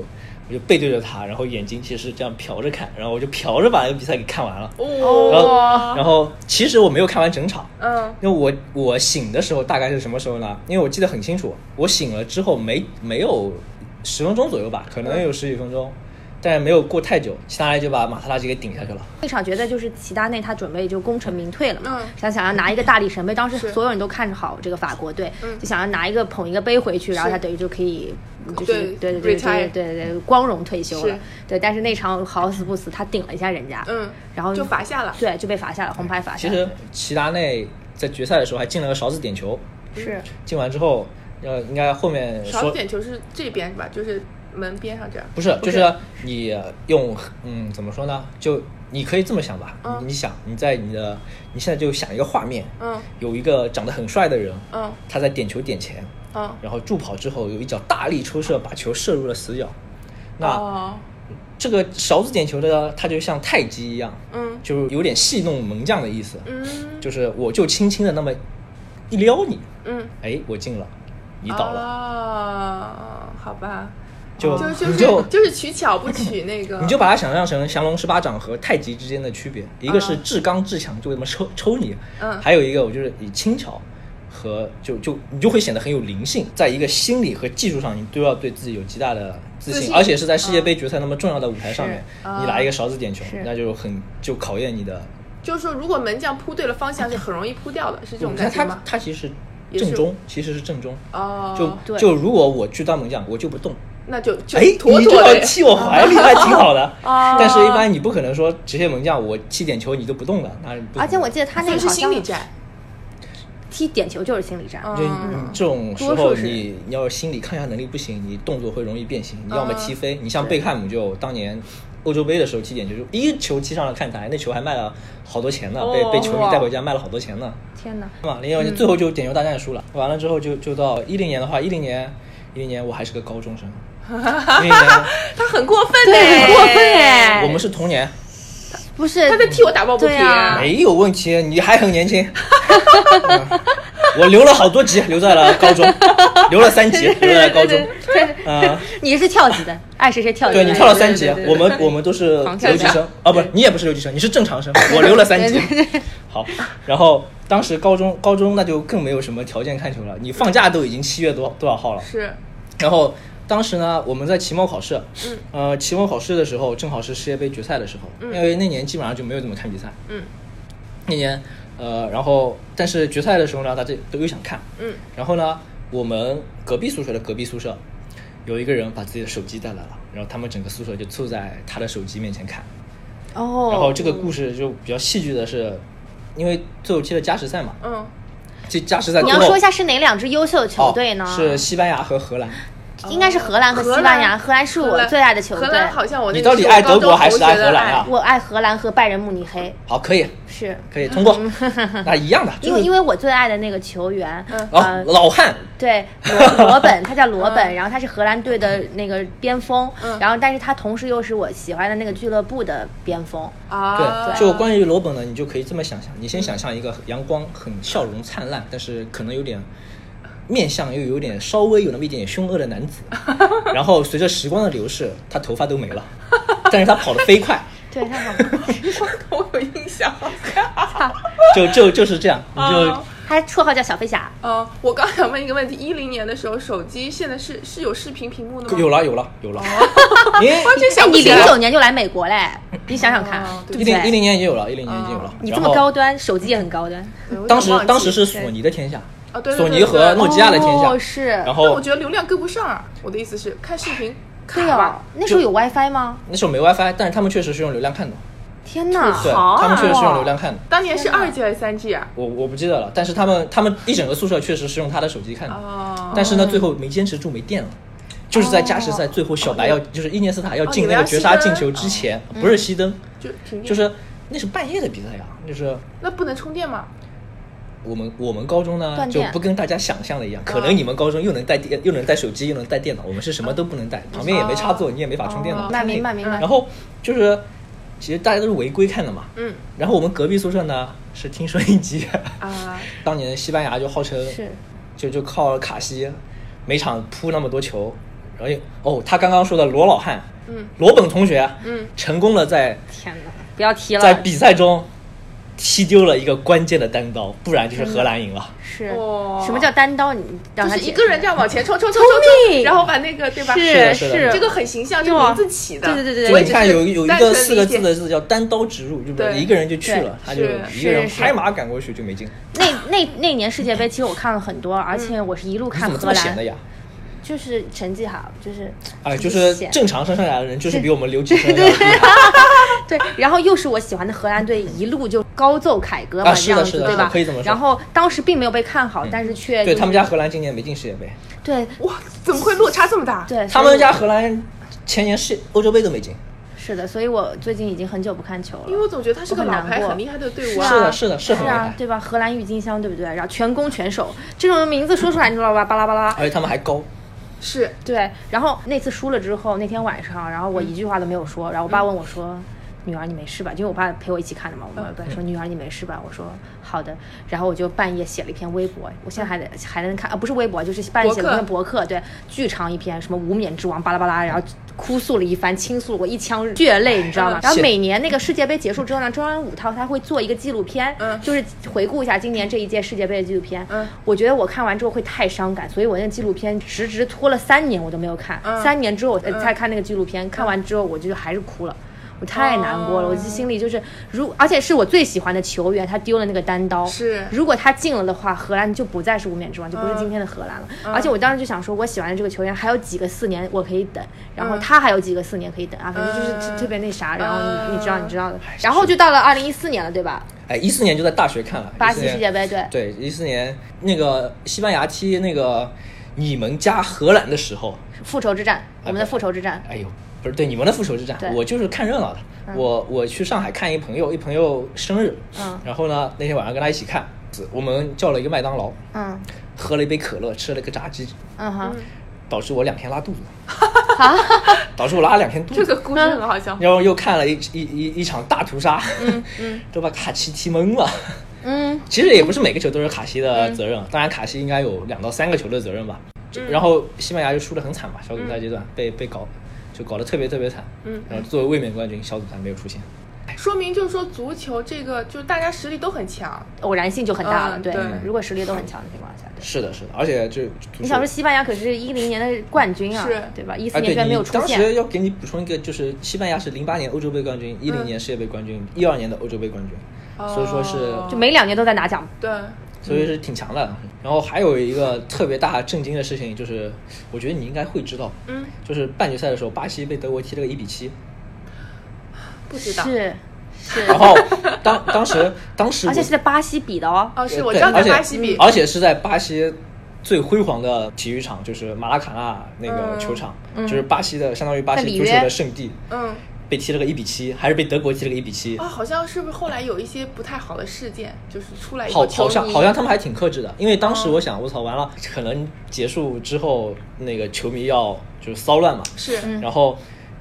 [SPEAKER 6] 我就背对着他，然后眼睛其实这样瞟着看，然后我就瞟着把那个比赛给看完了。然后
[SPEAKER 5] 哦，
[SPEAKER 6] 然后其实我没有看完整场，
[SPEAKER 5] 嗯，
[SPEAKER 6] 因为我我醒的时候大概是什么时候呢？因为我记得很清楚，我醒了之后没没有十分钟左右吧，可能有十几分钟，但是没有过太久，希拉里就把马萨拉基给顶下去了。
[SPEAKER 2] 那场决赛就是齐达内他准备就功成名退了嘛，
[SPEAKER 5] 嗯
[SPEAKER 2] 想想要拿一个大力神杯，当时
[SPEAKER 5] 是
[SPEAKER 2] 所有人都看好这个法国队，
[SPEAKER 5] 嗯
[SPEAKER 2] 就想要拿一个捧一个杯回去，然后他等于就可以。就是
[SPEAKER 5] 对
[SPEAKER 2] 对对对对
[SPEAKER 5] retire
[SPEAKER 2] 对对，光荣退休了
[SPEAKER 5] 是。
[SPEAKER 2] 对，但是那场好死不死，他顶了一下人家，
[SPEAKER 5] 嗯
[SPEAKER 2] 然后
[SPEAKER 5] 就罚下了
[SPEAKER 2] 对，就被罚下了，红牌罚下
[SPEAKER 6] 其
[SPEAKER 2] 了。
[SPEAKER 6] 实齐达内在决赛的时候还进了个勺子点球，
[SPEAKER 2] 是
[SPEAKER 6] 进完之后，呃，应该后面
[SPEAKER 5] 勺
[SPEAKER 6] 说
[SPEAKER 5] 子点球是这边是吧？就是门边上这样。
[SPEAKER 6] 不是，
[SPEAKER 5] 不
[SPEAKER 6] 就是是你用嗯，怎么说呢？就你可以这么想吧，
[SPEAKER 5] 嗯
[SPEAKER 6] 你你想你在你的你现在就想一个画面，
[SPEAKER 5] 嗯
[SPEAKER 6] 有一个长得很帅的人，
[SPEAKER 5] 嗯
[SPEAKER 6] 他在点球点前，
[SPEAKER 5] 嗯，
[SPEAKER 6] 然后助跑之后有一脚大力抽射把球射入了死角，那、
[SPEAKER 5] 哦，
[SPEAKER 6] 这个勺子点球的他就像太极一样，
[SPEAKER 5] 嗯
[SPEAKER 6] 就是有点戏弄门将的意思，
[SPEAKER 5] 嗯
[SPEAKER 6] 就是我就轻轻的那么一撩你，
[SPEAKER 5] 嗯，
[SPEAKER 6] 哎，我进了，你倒了。
[SPEAKER 5] 哦，好吧，
[SPEAKER 6] 就
[SPEAKER 5] 就
[SPEAKER 6] 你
[SPEAKER 5] 是
[SPEAKER 6] 就
[SPEAKER 5] 就是取巧不取那个，
[SPEAKER 6] 你就把它想象成降龙十八掌和太极之间的区别，一个是至刚至强，就这么抽抽你，
[SPEAKER 5] 嗯
[SPEAKER 6] 还有一个我就是以轻巧和就就你就会显得很有灵性，在一个心理和技术上，你都要对自己有极大的自信，
[SPEAKER 5] 自信嗯
[SPEAKER 6] 而且是在世界杯决赛那么重要的舞台上面，
[SPEAKER 5] 是啊
[SPEAKER 6] 你来一个勺子点球
[SPEAKER 2] 是，
[SPEAKER 6] 那就很就考验你的。
[SPEAKER 5] 就是说，如果门将扑对了方向，是很容易扑掉的，是这种
[SPEAKER 6] 你看
[SPEAKER 5] 感觉
[SPEAKER 6] 他
[SPEAKER 5] 吗？
[SPEAKER 6] 他其实
[SPEAKER 5] 也是
[SPEAKER 6] 正中，其实是正中，
[SPEAKER 5] 哦，
[SPEAKER 6] 就
[SPEAKER 2] 对
[SPEAKER 6] 就如果我去当门将，我就不动，
[SPEAKER 5] 那就就
[SPEAKER 6] 哎，
[SPEAKER 5] 妥
[SPEAKER 6] 你
[SPEAKER 5] 妥
[SPEAKER 6] 这
[SPEAKER 5] 的
[SPEAKER 6] 个踢我怀里还挺好的，
[SPEAKER 5] 啊
[SPEAKER 6] 但是一般你不可能说职业门将我踢点球你都不动的，那不可能
[SPEAKER 2] 而且我记得他那
[SPEAKER 5] 啊所
[SPEAKER 2] 个
[SPEAKER 5] 以是
[SPEAKER 2] 好
[SPEAKER 5] 心
[SPEAKER 2] 像
[SPEAKER 5] 理战，
[SPEAKER 2] 踢点球就是心理战，
[SPEAKER 5] 嗯
[SPEAKER 6] 就你这种时
[SPEAKER 2] 多
[SPEAKER 6] 候
[SPEAKER 2] 数是
[SPEAKER 6] 你你要是心理抗压能力不行，你动作会容易变形，你要么
[SPEAKER 5] 嗯
[SPEAKER 6] 踢飞，你像贝克汉姆就当年。欧洲杯的时候踢点球，就一球踢上了看台，那球还卖了好多钱呢，
[SPEAKER 5] 哦
[SPEAKER 6] 被被球迷带回家卖了好多钱呢。
[SPEAKER 2] 天哪！
[SPEAKER 6] 嘛，
[SPEAKER 5] 嗯
[SPEAKER 6] 零六年最后就点球大战输了，完了之后就就到一零年的话，一零年一零年我还是个高 中生，一零年
[SPEAKER 5] 他很过分呢，
[SPEAKER 2] 很过分哎
[SPEAKER 6] 我们是同年，
[SPEAKER 2] 不是
[SPEAKER 5] 他在替我打抱不
[SPEAKER 2] 对
[SPEAKER 5] 平。
[SPEAKER 2] 啊
[SPEAKER 6] 没有问题，你还很年 轻。嗯我留了好多集，留在了 高中，留了三集，留在了高中。嗯，
[SPEAKER 2] 你是跳级的，爱谁谁跳级的。
[SPEAKER 6] 对你跳了三级，啊我们我们都是
[SPEAKER 4] 狂跳
[SPEAKER 6] 留级生啊，不是你也不是留级生，你是正常生，我留了三级。好，然后当时高中高中那就更没有什么条件看球了，你放假都已经七月多多少号了，
[SPEAKER 5] 是，
[SPEAKER 6] 然后当时呢，我们在期末考试，
[SPEAKER 2] 嗯
[SPEAKER 6] 呃，期末考试的时候正好是世界杯决赛的时候，因为那年基本上就没有怎么看比赛，
[SPEAKER 5] 嗯，
[SPEAKER 6] 那年呃，然后但是决赛的时候呢，大家都又想看，
[SPEAKER 5] 嗯，
[SPEAKER 6] 然后呢，我们隔壁宿舍的隔壁宿舍有一个人把自己的手机带来了，然后他们整个宿舍就凑在他的手机面前看，
[SPEAKER 2] 哦，
[SPEAKER 6] 然后这个故事就比较戏剧的是，因为最后踢了加时赛嘛，
[SPEAKER 5] 嗯，
[SPEAKER 6] 这加时赛
[SPEAKER 2] 哦你
[SPEAKER 6] 最
[SPEAKER 2] 要
[SPEAKER 6] 后
[SPEAKER 2] 说一下是哪两支优秀的球队呢？
[SPEAKER 6] 哦是西班牙和荷兰。
[SPEAKER 2] 应该是荷兰和西班牙。荷兰是
[SPEAKER 5] 荷
[SPEAKER 2] 我
[SPEAKER 5] 兰
[SPEAKER 2] 最爱的球
[SPEAKER 5] 荷兰
[SPEAKER 2] 队，
[SPEAKER 5] 好像我那
[SPEAKER 6] 你
[SPEAKER 5] 个
[SPEAKER 6] 到底
[SPEAKER 5] 时候
[SPEAKER 6] 爱
[SPEAKER 5] 高
[SPEAKER 6] 德
[SPEAKER 5] 中
[SPEAKER 6] 国还
[SPEAKER 5] 同
[SPEAKER 6] 是爱
[SPEAKER 5] 学
[SPEAKER 6] 荷兰
[SPEAKER 5] 爱
[SPEAKER 6] 啊？
[SPEAKER 2] 我爱荷兰和拜仁慕尼黑。
[SPEAKER 6] 好，可以，
[SPEAKER 2] 是
[SPEAKER 6] 可以通过， 那一样的，
[SPEAKER 2] 因
[SPEAKER 6] 就
[SPEAKER 2] 为
[SPEAKER 6] 是
[SPEAKER 2] 因为我最爱的那个球员，
[SPEAKER 5] 嗯
[SPEAKER 6] 老
[SPEAKER 2] 呃，
[SPEAKER 6] 老汉，
[SPEAKER 2] 对 罗罗本，他叫罗
[SPEAKER 5] 嗯
[SPEAKER 2] 本，然后他是荷兰队的那个边锋，然后但是他同时又是我喜欢的那个俱乐部的边锋。
[SPEAKER 5] 啊，
[SPEAKER 6] 对，就关于罗本呢，你就可以这么想象，你先想象一个阳光很笑容灿烂，但是可能有点面相又有点稍微有那么一点凶恶的男子，然后随着时光的流逝，他头发都没了，但是他跑得飞快，
[SPEAKER 2] 对他 好，
[SPEAKER 5] 我有印象。
[SPEAKER 6] 就就就是这样，你就
[SPEAKER 5] 啊
[SPEAKER 2] 他绰号叫小飞侠，
[SPEAKER 5] 呃，我刚想问一个问题，一零年的时候，手机现在是是有视频屏幕的吗？
[SPEAKER 6] 有，了有了有了， 因为
[SPEAKER 5] 完全想不
[SPEAKER 2] 哎你
[SPEAKER 5] 起
[SPEAKER 2] 零
[SPEAKER 5] 来。
[SPEAKER 2] 九年就来美国嘞，你想想看
[SPEAKER 5] 哦，
[SPEAKER 2] 对不
[SPEAKER 6] 一零一
[SPEAKER 2] 对？
[SPEAKER 6] 零年已经有了，一零年已经有了，
[SPEAKER 2] 你这
[SPEAKER 6] 然
[SPEAKER 2] 么
[SPEAKER 6] 后
[SPEAKER 2] 高端，手机也很高端，
[SPEAKER 5] 我有点
[SPEAKER 6] 当时
[SPEAKER 5] 忘记
[SPEAKER 6] 当时是索尼的天下，
[SPEAKER 5] 啊，对对对
[SPEAKER 6] 索尼
[SPEAKER 5] 对
[SPEAKER 6] 和诺
[SPEAKER 5] 对
[SPEAKER 6] 基亚的天下
[SPEAKER 2] 哦，是
[SPEAKER 6] 然，
[SPEAKER 5] 但我
[SPEAKER 6] 后
[SPEAKER 5] 觉得流量跟不上啊。我的意思是，看视频卡
[SPEAKER 2] 对哦
[SPEAKER 5] 吧。，
[SPEAKER 2] 那时候有 WiFi 吗？
[SPEAKER 6] 那时候没 WiFi，但是他们确实是用流量看的，
[SPEAKER 2] 天哪，
[SPEAKER 6] 对
[SPEAKER 5] 好啊
[SPEAKER 6] 他们确实是用流量看的。
[SPEAKER 5] 当年是二 G 还是三 G 啊？
[SPEAKER 6] 我我不记得了，但是他们他们一整个宿舍确实是用他的手机看的，
[SPEAKER 5] 哦，
[SPEAKER 6] 但是呢，最后没坚持住，没电了。就是在加时赛最后，小白要就是伊涅斯塔要进那个绝杀进球之前，不是熄灯，
[SPEAKER 5] 就停电
[SPEAKER 6] 就是那是半夜的比赛呀，就是
[SPEAKER 5] 那不能充电吗？
[SPEAKER 6] 我们我们高中呢
[SPEAKER 2] 断
[SPEAKER 6] 就
[SPEAKER 2] 电
[SPEAKER 6] 不跟大家想象的一样，可能你们高中又能带电又能带手机又能带电脑，我们是什么都不能带，旁边也没插座，你也没法充电脑
[SPEAKER 2] 明。白明白明白
[SPEAKER 6] 然，后就是其实大家都是违规看的嘛，
[SPEAKER 5] 嗯
[SPEAKER 6] 然后我们隔壁宿舍呢是听收音机，
[SPEAKER 5] 啊，
[SPEAKER 6] 当年西班牙就号称
[SPEAKER 2] 是
[SPEAKER 6] 就就靠卡西，每场扑那么多球，然后也哦，他刚刚说的罗老汉，
[SPEAKER 5] 嗯，
[SPEAKER 6] 罗本同学，
[SPEAKER 5] 嗯，
[SPEAKER 6] 成功了在
[SPEAKER 2] 天哪，不要提
[SPEAKER 6] 在
[SPEAKER 2] 了，
[SPEAKER 6] 比赛中踢丢了一个关键的单刀，不然就是荷兰赢了。
[SPEAKER 2] 是
[SPEAKER 5] 哇
[SPEAKER 2] 什么叫单刀？你让
[SPEAKER 5] 就
[SPEAKER 2] 他
[SPEAKER 5] 是
[SPEAKER 2] 解
[SPEAKER 5] 一
[SPEAKER 2] 释
[SPEAKER 5] 个人这样往前冲冲冲
[SPEAKER 2] 聪
[SPEAKER 5] 冲冲，
[SPEAKER 2] 明
[SPEAKER 5] 然后把那个对吧？
[SPEAKER 2] 是
[SPEAKER 6] 是的是
[SPEAKER 2] 是
[SPEAKER 6] 的
[SPEAKER 5] 这个很形象，这个名字起的。
[SPEAKER 2] 对对对
[SPEAKER 6] 就
[SPEAKER 2] 对我
[SPEAKER 6] 是
[SPEAKER 2] 也
[SPEAKER 6] 你看有有一
[SPEAKER 5] 单
[SPEAKER 6] 个
[SPEAKER 5] 纯
[SPEAKER 6] 四个
[SPEAKER 5] 理解
[SPEAKER 6] 字的字叫单刀直入，就是
[SPEAKER 5] 对
[SPEAKER 6] 一个人就去了，他就是一个人
[SPEAKER 2] 是是
[SPEAKER 6] 拍马赶过去就没进。
[SPEAKER 2] 那那那年世界杯，其实我看了很多，而且我是一路
[SPEAKER 6] 嗯你
[SPEAKER 2] 看
[SPEAKER 6] 怎么这
[SPEAKER 2] 荷
[SPEAKER 6] 么闲的
[SPEAKER 2] 兰，
[SPEAKER 6] 呀？
[SPEAKER 2] 就是成绩好，就是
[SPEAKER 6] 哎，就是
[SPEAKER 2] 闲
[SPEAKER 6] 正常升上来的人，就 是比我们留级生
[SPEAKER 2] 对
[SPEAKER 6] 要
[SPEAKER 2] 对
[SPEAKER 6] 厉害。
[SPEAKER 2] 对，然后又是我喜欢的荷兰队，一路就高奏凯歌嘛，
[SPEAKER 6] 啊
[SPEAKER 2] 这
[SPEAKER 6] 是
[SPEAKER 2] 样
[SPEAKER 6] 的
[SPEAKER 2] 子
[SPEAKER 6] 是的
[SPEAKER 2] 对
[SPEAKER 6] 是的
[SPEAKER 2] 吧？
[SPEAKER 6] 可以这么说嗯
[SPEAKER 2] 然后当时并没有被看好，但是却
[SPEAKER 6] 对他们家荷兰今年没进世界杯，
[SPEAKER 2] 对
[SPEAKER 5] 哇，怎么会落差这么大？，
[SPEAKER 2] 对
[SPEAKER 6] 他
[SPEAKER 2] 呃所
[SPEAKER 6] 们
[SPEAKER 2] 以
[SPEAKER 6] 家荷兰前年世欧洲杯都没进。
[SPEAKER 2] 是的，所以我最近已经很久不看球了，
[SPEAKER 5] 因为我总觉得他是个
[SPEAKER 2] 我很
[SPEAKER 5] 老
[SPEAKER 2] 难
[SPEAKER 5] 牌
[SPEAKER 2] 过
[SPEAKER 5] 很厉害的队伍
[SPEAKER 2] 是
[SPEAKER 5] 啊。
[SPEAKER 6] 是的，是的，是很
[SPEAKER 2] 是
[SPEAKER 6] 厉
[SPEAKER 2] 啊
[SPEAKER 6] 害，，
[SPEAKER 2] 对吧？荷兰郁金香，对不对？然后全攻全守，这种名字说出来你知道吧？巴拉巴拉。
[SPEAKER 6] 而且他们还高。
[SPEAKER 5] 是
[SPEAKER 2] 对，然后那次输了之后，那天晚上，然后我一句话都没有说，然后我爸问我说：“女儿，你没事吧？”因为我爸陪我一起看的嘛，我爸说：“女儿，你没事吧？”我说：“好的。”然后我就半夜写了一篇微博，我现在还得还能看啊，不是微博，就是半夜写了一篇博客，对，巨长一篇，什么无冕之王巴拉巴拉，然后哭诉了一番，倾诉了我一腔血泪，你知
[SPEAKER 5] 嗯
[SPEAKER 2] 道吗？然后
[SPEAKER 6] 是
[SPEAKER 2] 每年那个世界杯结束之后呢，中央五套他会做一个纪录片，
[SPEAKER 5] 嗯
[SPEAKER 2] 就是回顾一下今年这一届世界杯的纪录片，
[SPEAKER 5] 嗯
[SPEAKER 2] 我觉得我看完之后会太伤感，所以我那个纪录片直直拖了三年，我都没有看。
[SPEAKER 5] 嗯
[SPEAKER 2] 三年之后我才才看那个纪录片，看完之后我就还是哭了，我太难过了，
[SPEAKER 5] 哦
[SPEAKER 2] 我就心里就是，如而且是我最喜欢的球员，他丢了那个单刀，
[SPEAKER 5] 是
[SPEAKER 2] 如果他进了的话，荷兰就不再是无冕之王，就不是今天的荷兰了。而且我当时就想说，我喜欢的这个球员还有几个四年我可以等，然后他还有几个四年可以等啊，反正就是特特别那啥，然后你你知道你知道的，然后就到了二零一四年了，对吧？
[SPEAKER 6] 哎，一四年就在大学看了
[SPEAKER 2] 巴西
[SPEAKER 6] 14年
[SPEAKER 2] 世界杯对
[SPEAKER 6] 对，一四年那个西班牙踢那个你们加荷兰的时候，
[SPEAKER 2] 复仇之战，我们的
[SPEAKER 6] 不
[SPEAKER 2] 复仇之战，
[SPEAKER 6] 哎呦，不是对你们的复仇之战
[SPEAKER 2] 对，
[SPEAKER 6] 我就是看热闹的。我我去上海看一朋友，一朋友生日，
[SPEAKER 2] 嗯
[SPEAKER 6] 然后呢那天晚上跟他一起看，我们叫了一个麦当劳，
[SPEAKER 2] 嗯
[SPEAKER 6] 喝了一杯可乐，吃了个炸鸡，
[SPEAKER 2] 嗯哼。
[SPEAKER 6] 导致我两天拉肚子， 导致我拉了两天肚
[SPEAKER 5] 这
[SPEAKER 6] 子。
[SPEAKER 5] 个故事很好笑。
[SPEAKER 6] 然后又看了一一一一场大屠杀，嗯嗯， 都把卡奇踢懵了。
[SPEAKER 2] 嗯，
[SPEAKER 6] 其实也不是每个球都是卡西的责任，啊当然卡西应该有两到三个球的责任吧。然后西班牙就输得很惨嘛，小组赛阶段、被被搞，就搞得特别特别惨。嗯，然后作为卫冕冠军，小组赛没有出现。
[SPEAKER 5] 说明就是说，足球这个就是大家实力都很强，
[SPEAKER 2] 偶然性就很大了。
[SPEAKER 5] 嗯
[SPEAKER 2] 对
[SPEAKER 5] 对，
[SPEAKER 2] 如果实力都很强的情况下，对。
[SPEAKER 6] 是的，是的，而且就
[SPEAKER 2] 你想说西班牙可是一零年的冠军啊，
[SPEAKER 5] 是
[SPEAKER 2] 对吧？一四
[SPEAKER 6] 啊，
[SPEAKER 2] 年
[SPEAKER 6] 对
[SPEAKER 2] 居然没有
[SPEAKER 6] 你
[SPEAKER 2] 出
[SPEAKER 6] 当时
[SPEAKER 2] 现，
[SPEAKER 6] 要给你补充一个，就是西班牙是零八年欧洲杯冠军，一零年世界杯冠军，一二年的欧洲杯冠军，所以说是
[SPEAKER 5] 哦
[SPEAKER 2] 就每两年都在拿奖。
[SPEAKER 5] 对，
[SPEAKER 6] 所以是挺强的。然后还有一个特别大震惊的事情，就是我觉得你应该会知道，
[SPEAKER 5] 嗯，
[SPEAKER 6] 就是半决赛的时候，巴西被德国踢了个一比七，
[SPEAKER 5] 不知道。
[SPEAKER 2] 是
[SPEAKER 5] 嗯
[SPEAKER 2] 是，
[SPEAKER 6] 然后当当时当时我
[SPEAKER 2] 而且是在巴西比的哦。
[SPEAKER 5] 哦，是我知
[SPEAKER 6] 对
[SPEAKER 5] 道在
[SPEAKER 6] 而且
[SPEAKER 5] 巴西比，
[SPEAKER 6] 而且是在巴西最辉煌的体育场，就是马拉卡纳那个球场，就是巴西的相当于巴
[SPEAKER 2] 在里
[SPEAKER 6] 西足球
[SPEAKER 2] 约
[SPEAKER 6] 的圣地，
[SPEAKER 5] 嗯，
[SPEAKER 6] 被踢了个一比七，还是被德国踢了个一比七
[SPEAKER 5] 啊，。好像是不是后来有一些不太好的事件，就是出来以
[SPEAKER 6] 好，
[SPEAKER 5] 后
[SPEAKER 6] 好像
[SPEAKER 5] 球迷嗯
[SPEAKER 6] 好像他们还挺克制的，因为当时我想，我操，完了，可能结束之后那个球迷要就是骚乱嘛，
[SPEAKER 2] 嗯
[SPEAKER 5] 是
[SPEAKER 6] 然后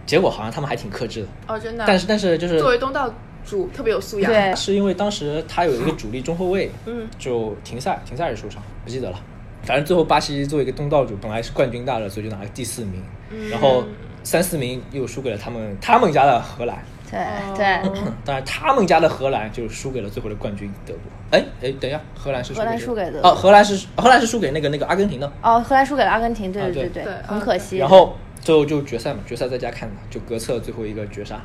[SPEAKER 6] 结果好像他们还挺克制的，
[SPEAKER 5] 哦，真的。
[SPEAKER 6] 但是但是就是
[SPEAKER 5] 作为东道主，特别有素养。
[SPEAKER 2] 对
[SPEAKER 6] 是因为当时他有一个主力中后卫，
[SPEAKER 5] 嗯，
[SPEAKER 6] 就停赛，停赛还是受伤，不记得了。反正最后巴西作为一个东道主，本来是冠军大热，所以就拿了第四名，
[SPEAKER 5] 嗯
[SPEAKER 6] 然后三四名又输给了他们他们家的荷兰。
[SPEAKER 2] 对对，
[SPEAKER 5] 嗯
[SPEAKER 6] 当然，他们家的荷兰就是输给了最后的冠军德国。哎哎，等一下，荷兰是
[SPEAKER 2] 荷兰
[SPEAKER 6] 谁
[SPEAKER 2] 输给德国
[SPEAKER 6] 哦，荷兰是荷兰是输给那个那个阿根廷的。
[SPEAKER 2] 哦，荷兰输给了阿根廷，对
[SPEAKER 6] 啊
[SPEAKER 2] 对
[SPEAKER 6] 对
[SPEAKER 2] 对
[SPEAKER 5] 对
[SPEAKER 2] 很可惜。
[SPEAKER 6] 然后最后就决赛嘛，决赛在家看的，就格策最后一个绝杀。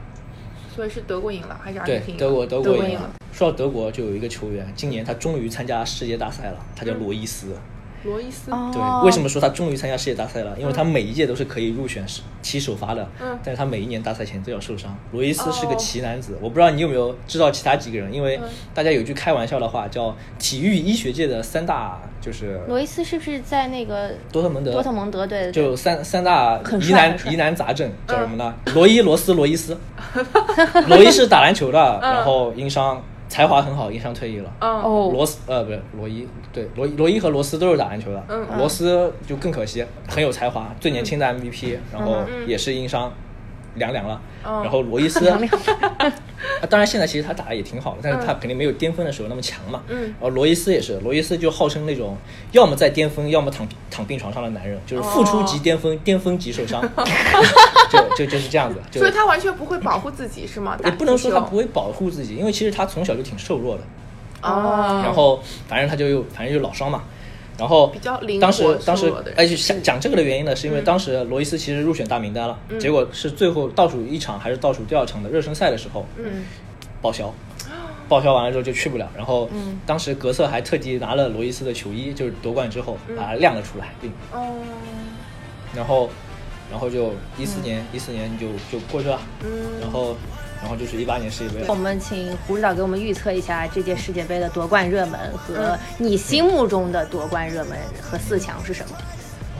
[SPEAKER 5] 所以是德国赢了还是阿
[SPEAKER 6] 对
[SPEAKER 5] 根廷赢，了？
[SPEAKER 6] 德国德
[SPEAKER 5] 国
[SPEAKER 6] 国赢
[SPEAKER 5] 赢
[SPEAKER 6] 了。说到德国，就有一个球员，今年他终于参加世界大赛了，他叫罗伊斯。
[SPEAKER 5] 罗伊斯，
[SPEAKER 2] 嗯哦嗯
[SPEAKER 6] 对，为什么说他终于参加世界大赛了？因为他每一届都是可以入选是起首发的，
[SPEAKER 5] 嗯
[SPEAKER 6] 但是他每一年大赛前都要受伤。罗伊斯是个奇男
[SPEAKER 2] 哦
[SPEAKER 6] 子，我不知道你有没有知道其他几个人，因为
[SPEAKER 2] 嗯
[SPEAKER 6] 大家有一句开玩笑的话叫“体育医学界的三大”，就是
[SPEAKER 2] 罗伊斯是不是在那个
[SPEAKER 6] 多特蒙德，
[SPEAKER 2] 多特蒙德队？
[SPEAKER 6] 就三三大
[SPEAKER 2] 很
[SPEAKER 6] 疑
[SPEAKER 2] 帅
[SPEAKER 6] 难
[SPEAKER 2] 很帅
[SPEAKER 6] 疑难杂症叫什么呢？罗伊、罗斯、罗伊斯。罗伊是打篮球的，然后因伤，才华很好，因伤退役了。
[SPEAKER 5] 嗯
[SPEAKER 2] 哦，
[SPEAKER 6] 罗斯呃不是罗伊，对罗罗伊和罗斯都是打篮球的，
[SPEAKER 5] 嗯
[SPEAKER 6] 罗斯就更可惜，很有才华，最年轻的 MVP，、然后也是因伤凉凉了，
[SPEAKER 5] 嗯
[SPEAKER 6] 然后 罗伊斯，啊当然现在其实他打的也挺好的，但是他肯定没有巅峰的时候那么强嘛，
[SPEAKER 5] 嗯
[SPEAKER 6] 然后罗伊斯也是，罗伊斯就号称那种要么在巅峰，要么躺躺病床上的男人，就是付
[SPEAKER 5] 哦
[SPEAKER 6] 出即巅峰，巅峰即 受伤，就就就是这样子，就
[SPEAKER 5] 所以他完全不会保护自己是吗？
[SPEAKER 6] 也
[SPEAKER 5] 打
[SPEAKER 6] 不能说他
[SPEAKER 5] 足球
[SPEAKER 6] 不会保护自己，因为其实他从小就挺瘦弱的，
[SPEAKER 5] 哦，
[SPEAKER 6] 嗯然后反正他就又反正就老伤嘛，然后
[SPEAKER 5] 比较灵活
[SPEAKER 6] 当时当
[SPEAKER 5] 瘦
[SPEAKER 6] 时
[SPEAKER 5] 弱的人
[SPEAKER 6] 哎，就想讲这个的原因呢，是因为当时罗伊斯其实入选大名单了，结果是最后倒数一场还是倒数第二场的热身赛的时候，
[SPEAKER 5] 嗯，
[SPEAKER 6] 报销，报销完了之后就去不了，然后当时格策还特地拿了罗伊斯的球衣，就是夺冠之后把它晾了出来，并
[SPEAKER 5] 哦，
[SPEAKER 6] 然后然后就一四年一四年就就过去了，然后然后就是一八年世界杯了
[SPEAKER 2] 我。们请胡指导给我们预测一下这届世界杯的夺冠热门和你心目中的夺冠热门和四强是什么？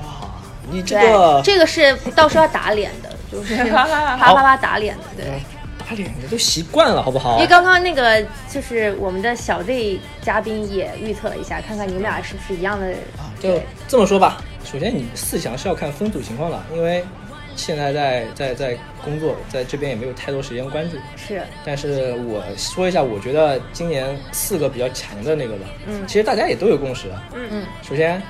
[SPEAKER 6] 哇，你这
[SPEAKER 2] 对，
[SPEAKER 6] 个
[SPEAKER 2] 这个是到时候要打脸 的，就是啪啪啪打脸的，对。
[SPEAKER 6] 打脸你都习惯了好不好
[SPEAKER 2] 因为？刚刚那个就是我们的小 Z 嘉宾也预测了一下，看看你们俩是不是一样的。
[SPEAKER 6] 啊，就这么说吧。首先，你四强是要看分组情况的，因为现在在在在工作，在这边也没有太多时间关注。
[SPEAKER 2] 是，
[SPEAKER 6] 但是我说一下，我觉得今年四个比较强的那个吧，嗯，其实大家也都有共识。嗯
[SPEAKER 2] 嗯，
[SPEAKER 6] 首先，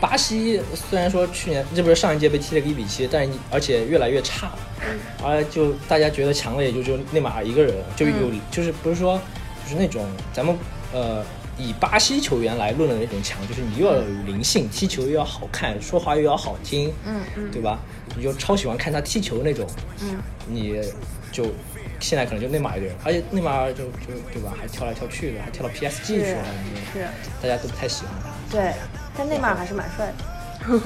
[SPEAKER 6] 巴西虽然说去年这不是上一届被踢了个一比七，但是你而且越来越差，而就大家觉得强的也就就内马尔一个人，就有、就是不是说就是那种咱们呃。以巴西球员来论的那种强，就是你又要有灵性，踢球又要好看，说话又要好听，嗯嗯，对吧？你就超喜欢看他踢球那种，你就现在可能就内马尔一个人，而且内马尔就就对吧，还跳来跳去的，还跳到 PSG 去了，
[SPEAKER 2] 是，
[SPEAKER 6] 大家都不太喜欢他。
[SPEAKER 2] 对。但内马尔还是蛮帅 的，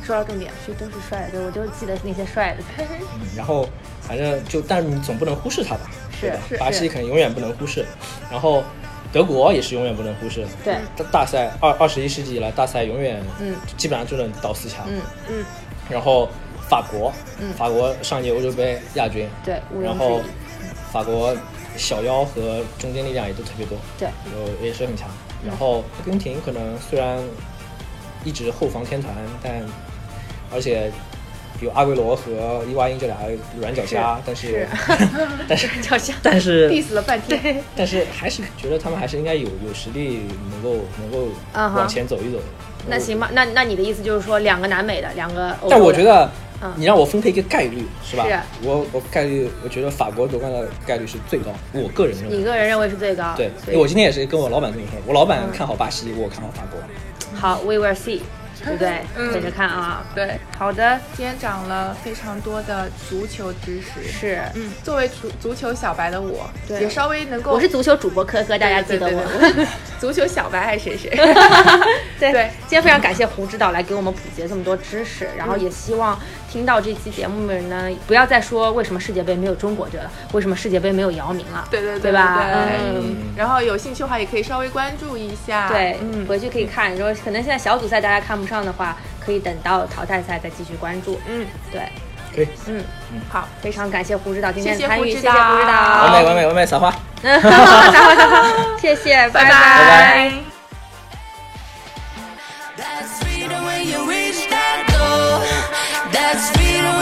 [SPEAKER 5] 说到重点，
[SPEAKER 2] 就都是帅的，对我就记得那些帅的。
[SPEAKER 6] 嗯，然后反正就，但是你总不能忽视他吧？
[SPEAKER 2] 是
[SPEAKER 6] 对吧
[SPEAKER 2] 是？
[SPEAKER 6] 巴西
[SPEAKER 2] 是
[SPEAKER 6] 肯定永远不能忽视，然后德国也是永远不能忽视。
[SPEAKER 2] 对
[SPEAKER 6] 大大赛二二十一世纪以来，大赛永远
[SPEAKER 2] 嗯
[SPEAKER 6] 基本上就能到四强。
[SPEAKER 2] 嗯
[SPEAKER 5] 嗯，
[SPEAKER 6] 然后法国，
[SPEAKER 2] 嗯
[SPEAKER 6] 法国上届欧洲杯亚军，
[SPEAKER 2] 对，毋庸
[SPEAKER 6] 然
[SPEAKER 2] 置
[SPEAKER 6] 后
[SPEAKER 2] 疑。
[SPEAKER 6] 法国小腰和中间力量也都特别多，
[SPEAKER 2] 对，
[SPEAKER 6] 有也是很强。然后阿根廷可能虽然一直后防天团，但而且有阿圭罗和伊瓜因这俩软脚虾，但是 但是
[SPEAKER 2] 脚下
[SPEAKER 6] 但是
[SPEAKER 5] diss 了半天，
[SPEAKER 6] 但是还是觉得他们还是应该有有实力能够能够
[SPEAKER 2] 啊哈
[SPEAKER 6] 往前走一走。
[SPEAKER 2] 那行吧，那那你的意思就是说两个南美的，两个欧洲的
[SPEAKER 6] 呃但我觉得
[SPEAKER 2] 嗯
[SPEAKER 6] 你让我分配一个概率是吧？
[SPEAKER 2] 是
[SPEAKER 6] 我我概率，我觉得法国夺冠的概率是最高，我个人认为
[SPEAKER 2] 你。个人认为是最高。
[SPEAKER 6] 对，
[SPEAKER 2] 啊所
[SPEAKER 6] 因为我
[SPEAKER 2] 以
[SPEAKER 6] 今天也是跟我老板这么说，我老板看好巴西，我看好法国。
[SPEAKER 2] 好，We will see，对不对？
[SPEAKER 5] 嗯
[SPEAKER 2] 等着看啊。
[SPEAKER 5] 对，
[SPEAKER 2] 好的，
[SPEAKER 5] 今天长了非常多的足球知识。
[SPEAKER 2] 是，
[SPEAKER 5] 嗯，作为足足球小白的我，
[SPEAKER 2] 对
[SPEAKER 5] 也稍微能够，
[SPEAKER 2] 我是足球主播科科，大家
[SPEAKER 5] 对
[SPEAKER 2] 记得
[SPEAKER 5] 对对
[SPEAKER 2] 我。
[SPEAKER 5] 对对我是 足球小白还是谁 谁？
[SPEAKER 2] 对，
[SPEAKER 5] 对
[SPEAKER 2] 今天非常感谢胡指导来给我们普及这么多知识，然后也希望听到这期节目的人呢，不要再说为什么世界杯没有中国队了，为什么世界杯没有姚明了，
[SPEAKER 5] 对对
[SPEAKER 2] 对吧？嗯。
[SPEAKER 5] 嗯，然后有兴趣的话也可以稍微关注一下。
[SPEAKER 2] 对，
[SPEAKER 5] 嗯，
[SPEAKER 2] 回去可以看。如果可能现在小组赛大家看不上的话，可以等到淘汰赛再继续关注。
[SPEAKER 5] 嗯，
[SPEAKER 2] 对，
[SPEAKER 6] 可以，
[SPEAKER 2] 嗯，
[SPEAKER 5] 好，
[SPEAKER 2] 非常感谢胡指导今天
[SPEAKER 5] 谢谢
[SPEAKER 2] 的参
[SPEAKER 5] 胡
[SPEAKER 2] 与，
[SPEAKER 5] 指
[SPEAKER 2] 谢谢胡指
[SPEAKER 5] 导
[SPEAKER 6] 完
[SPEAKER 2] 导，
[SPEAKER 6] 美完美完美，撒花。
[SPEAKER 2] 嗯，撒花撒花撒花， 谢谢，拜
[SPEAKER 5] 拜拜
[SPEAKER 1] That's freedom when you reach that goal. That's freedom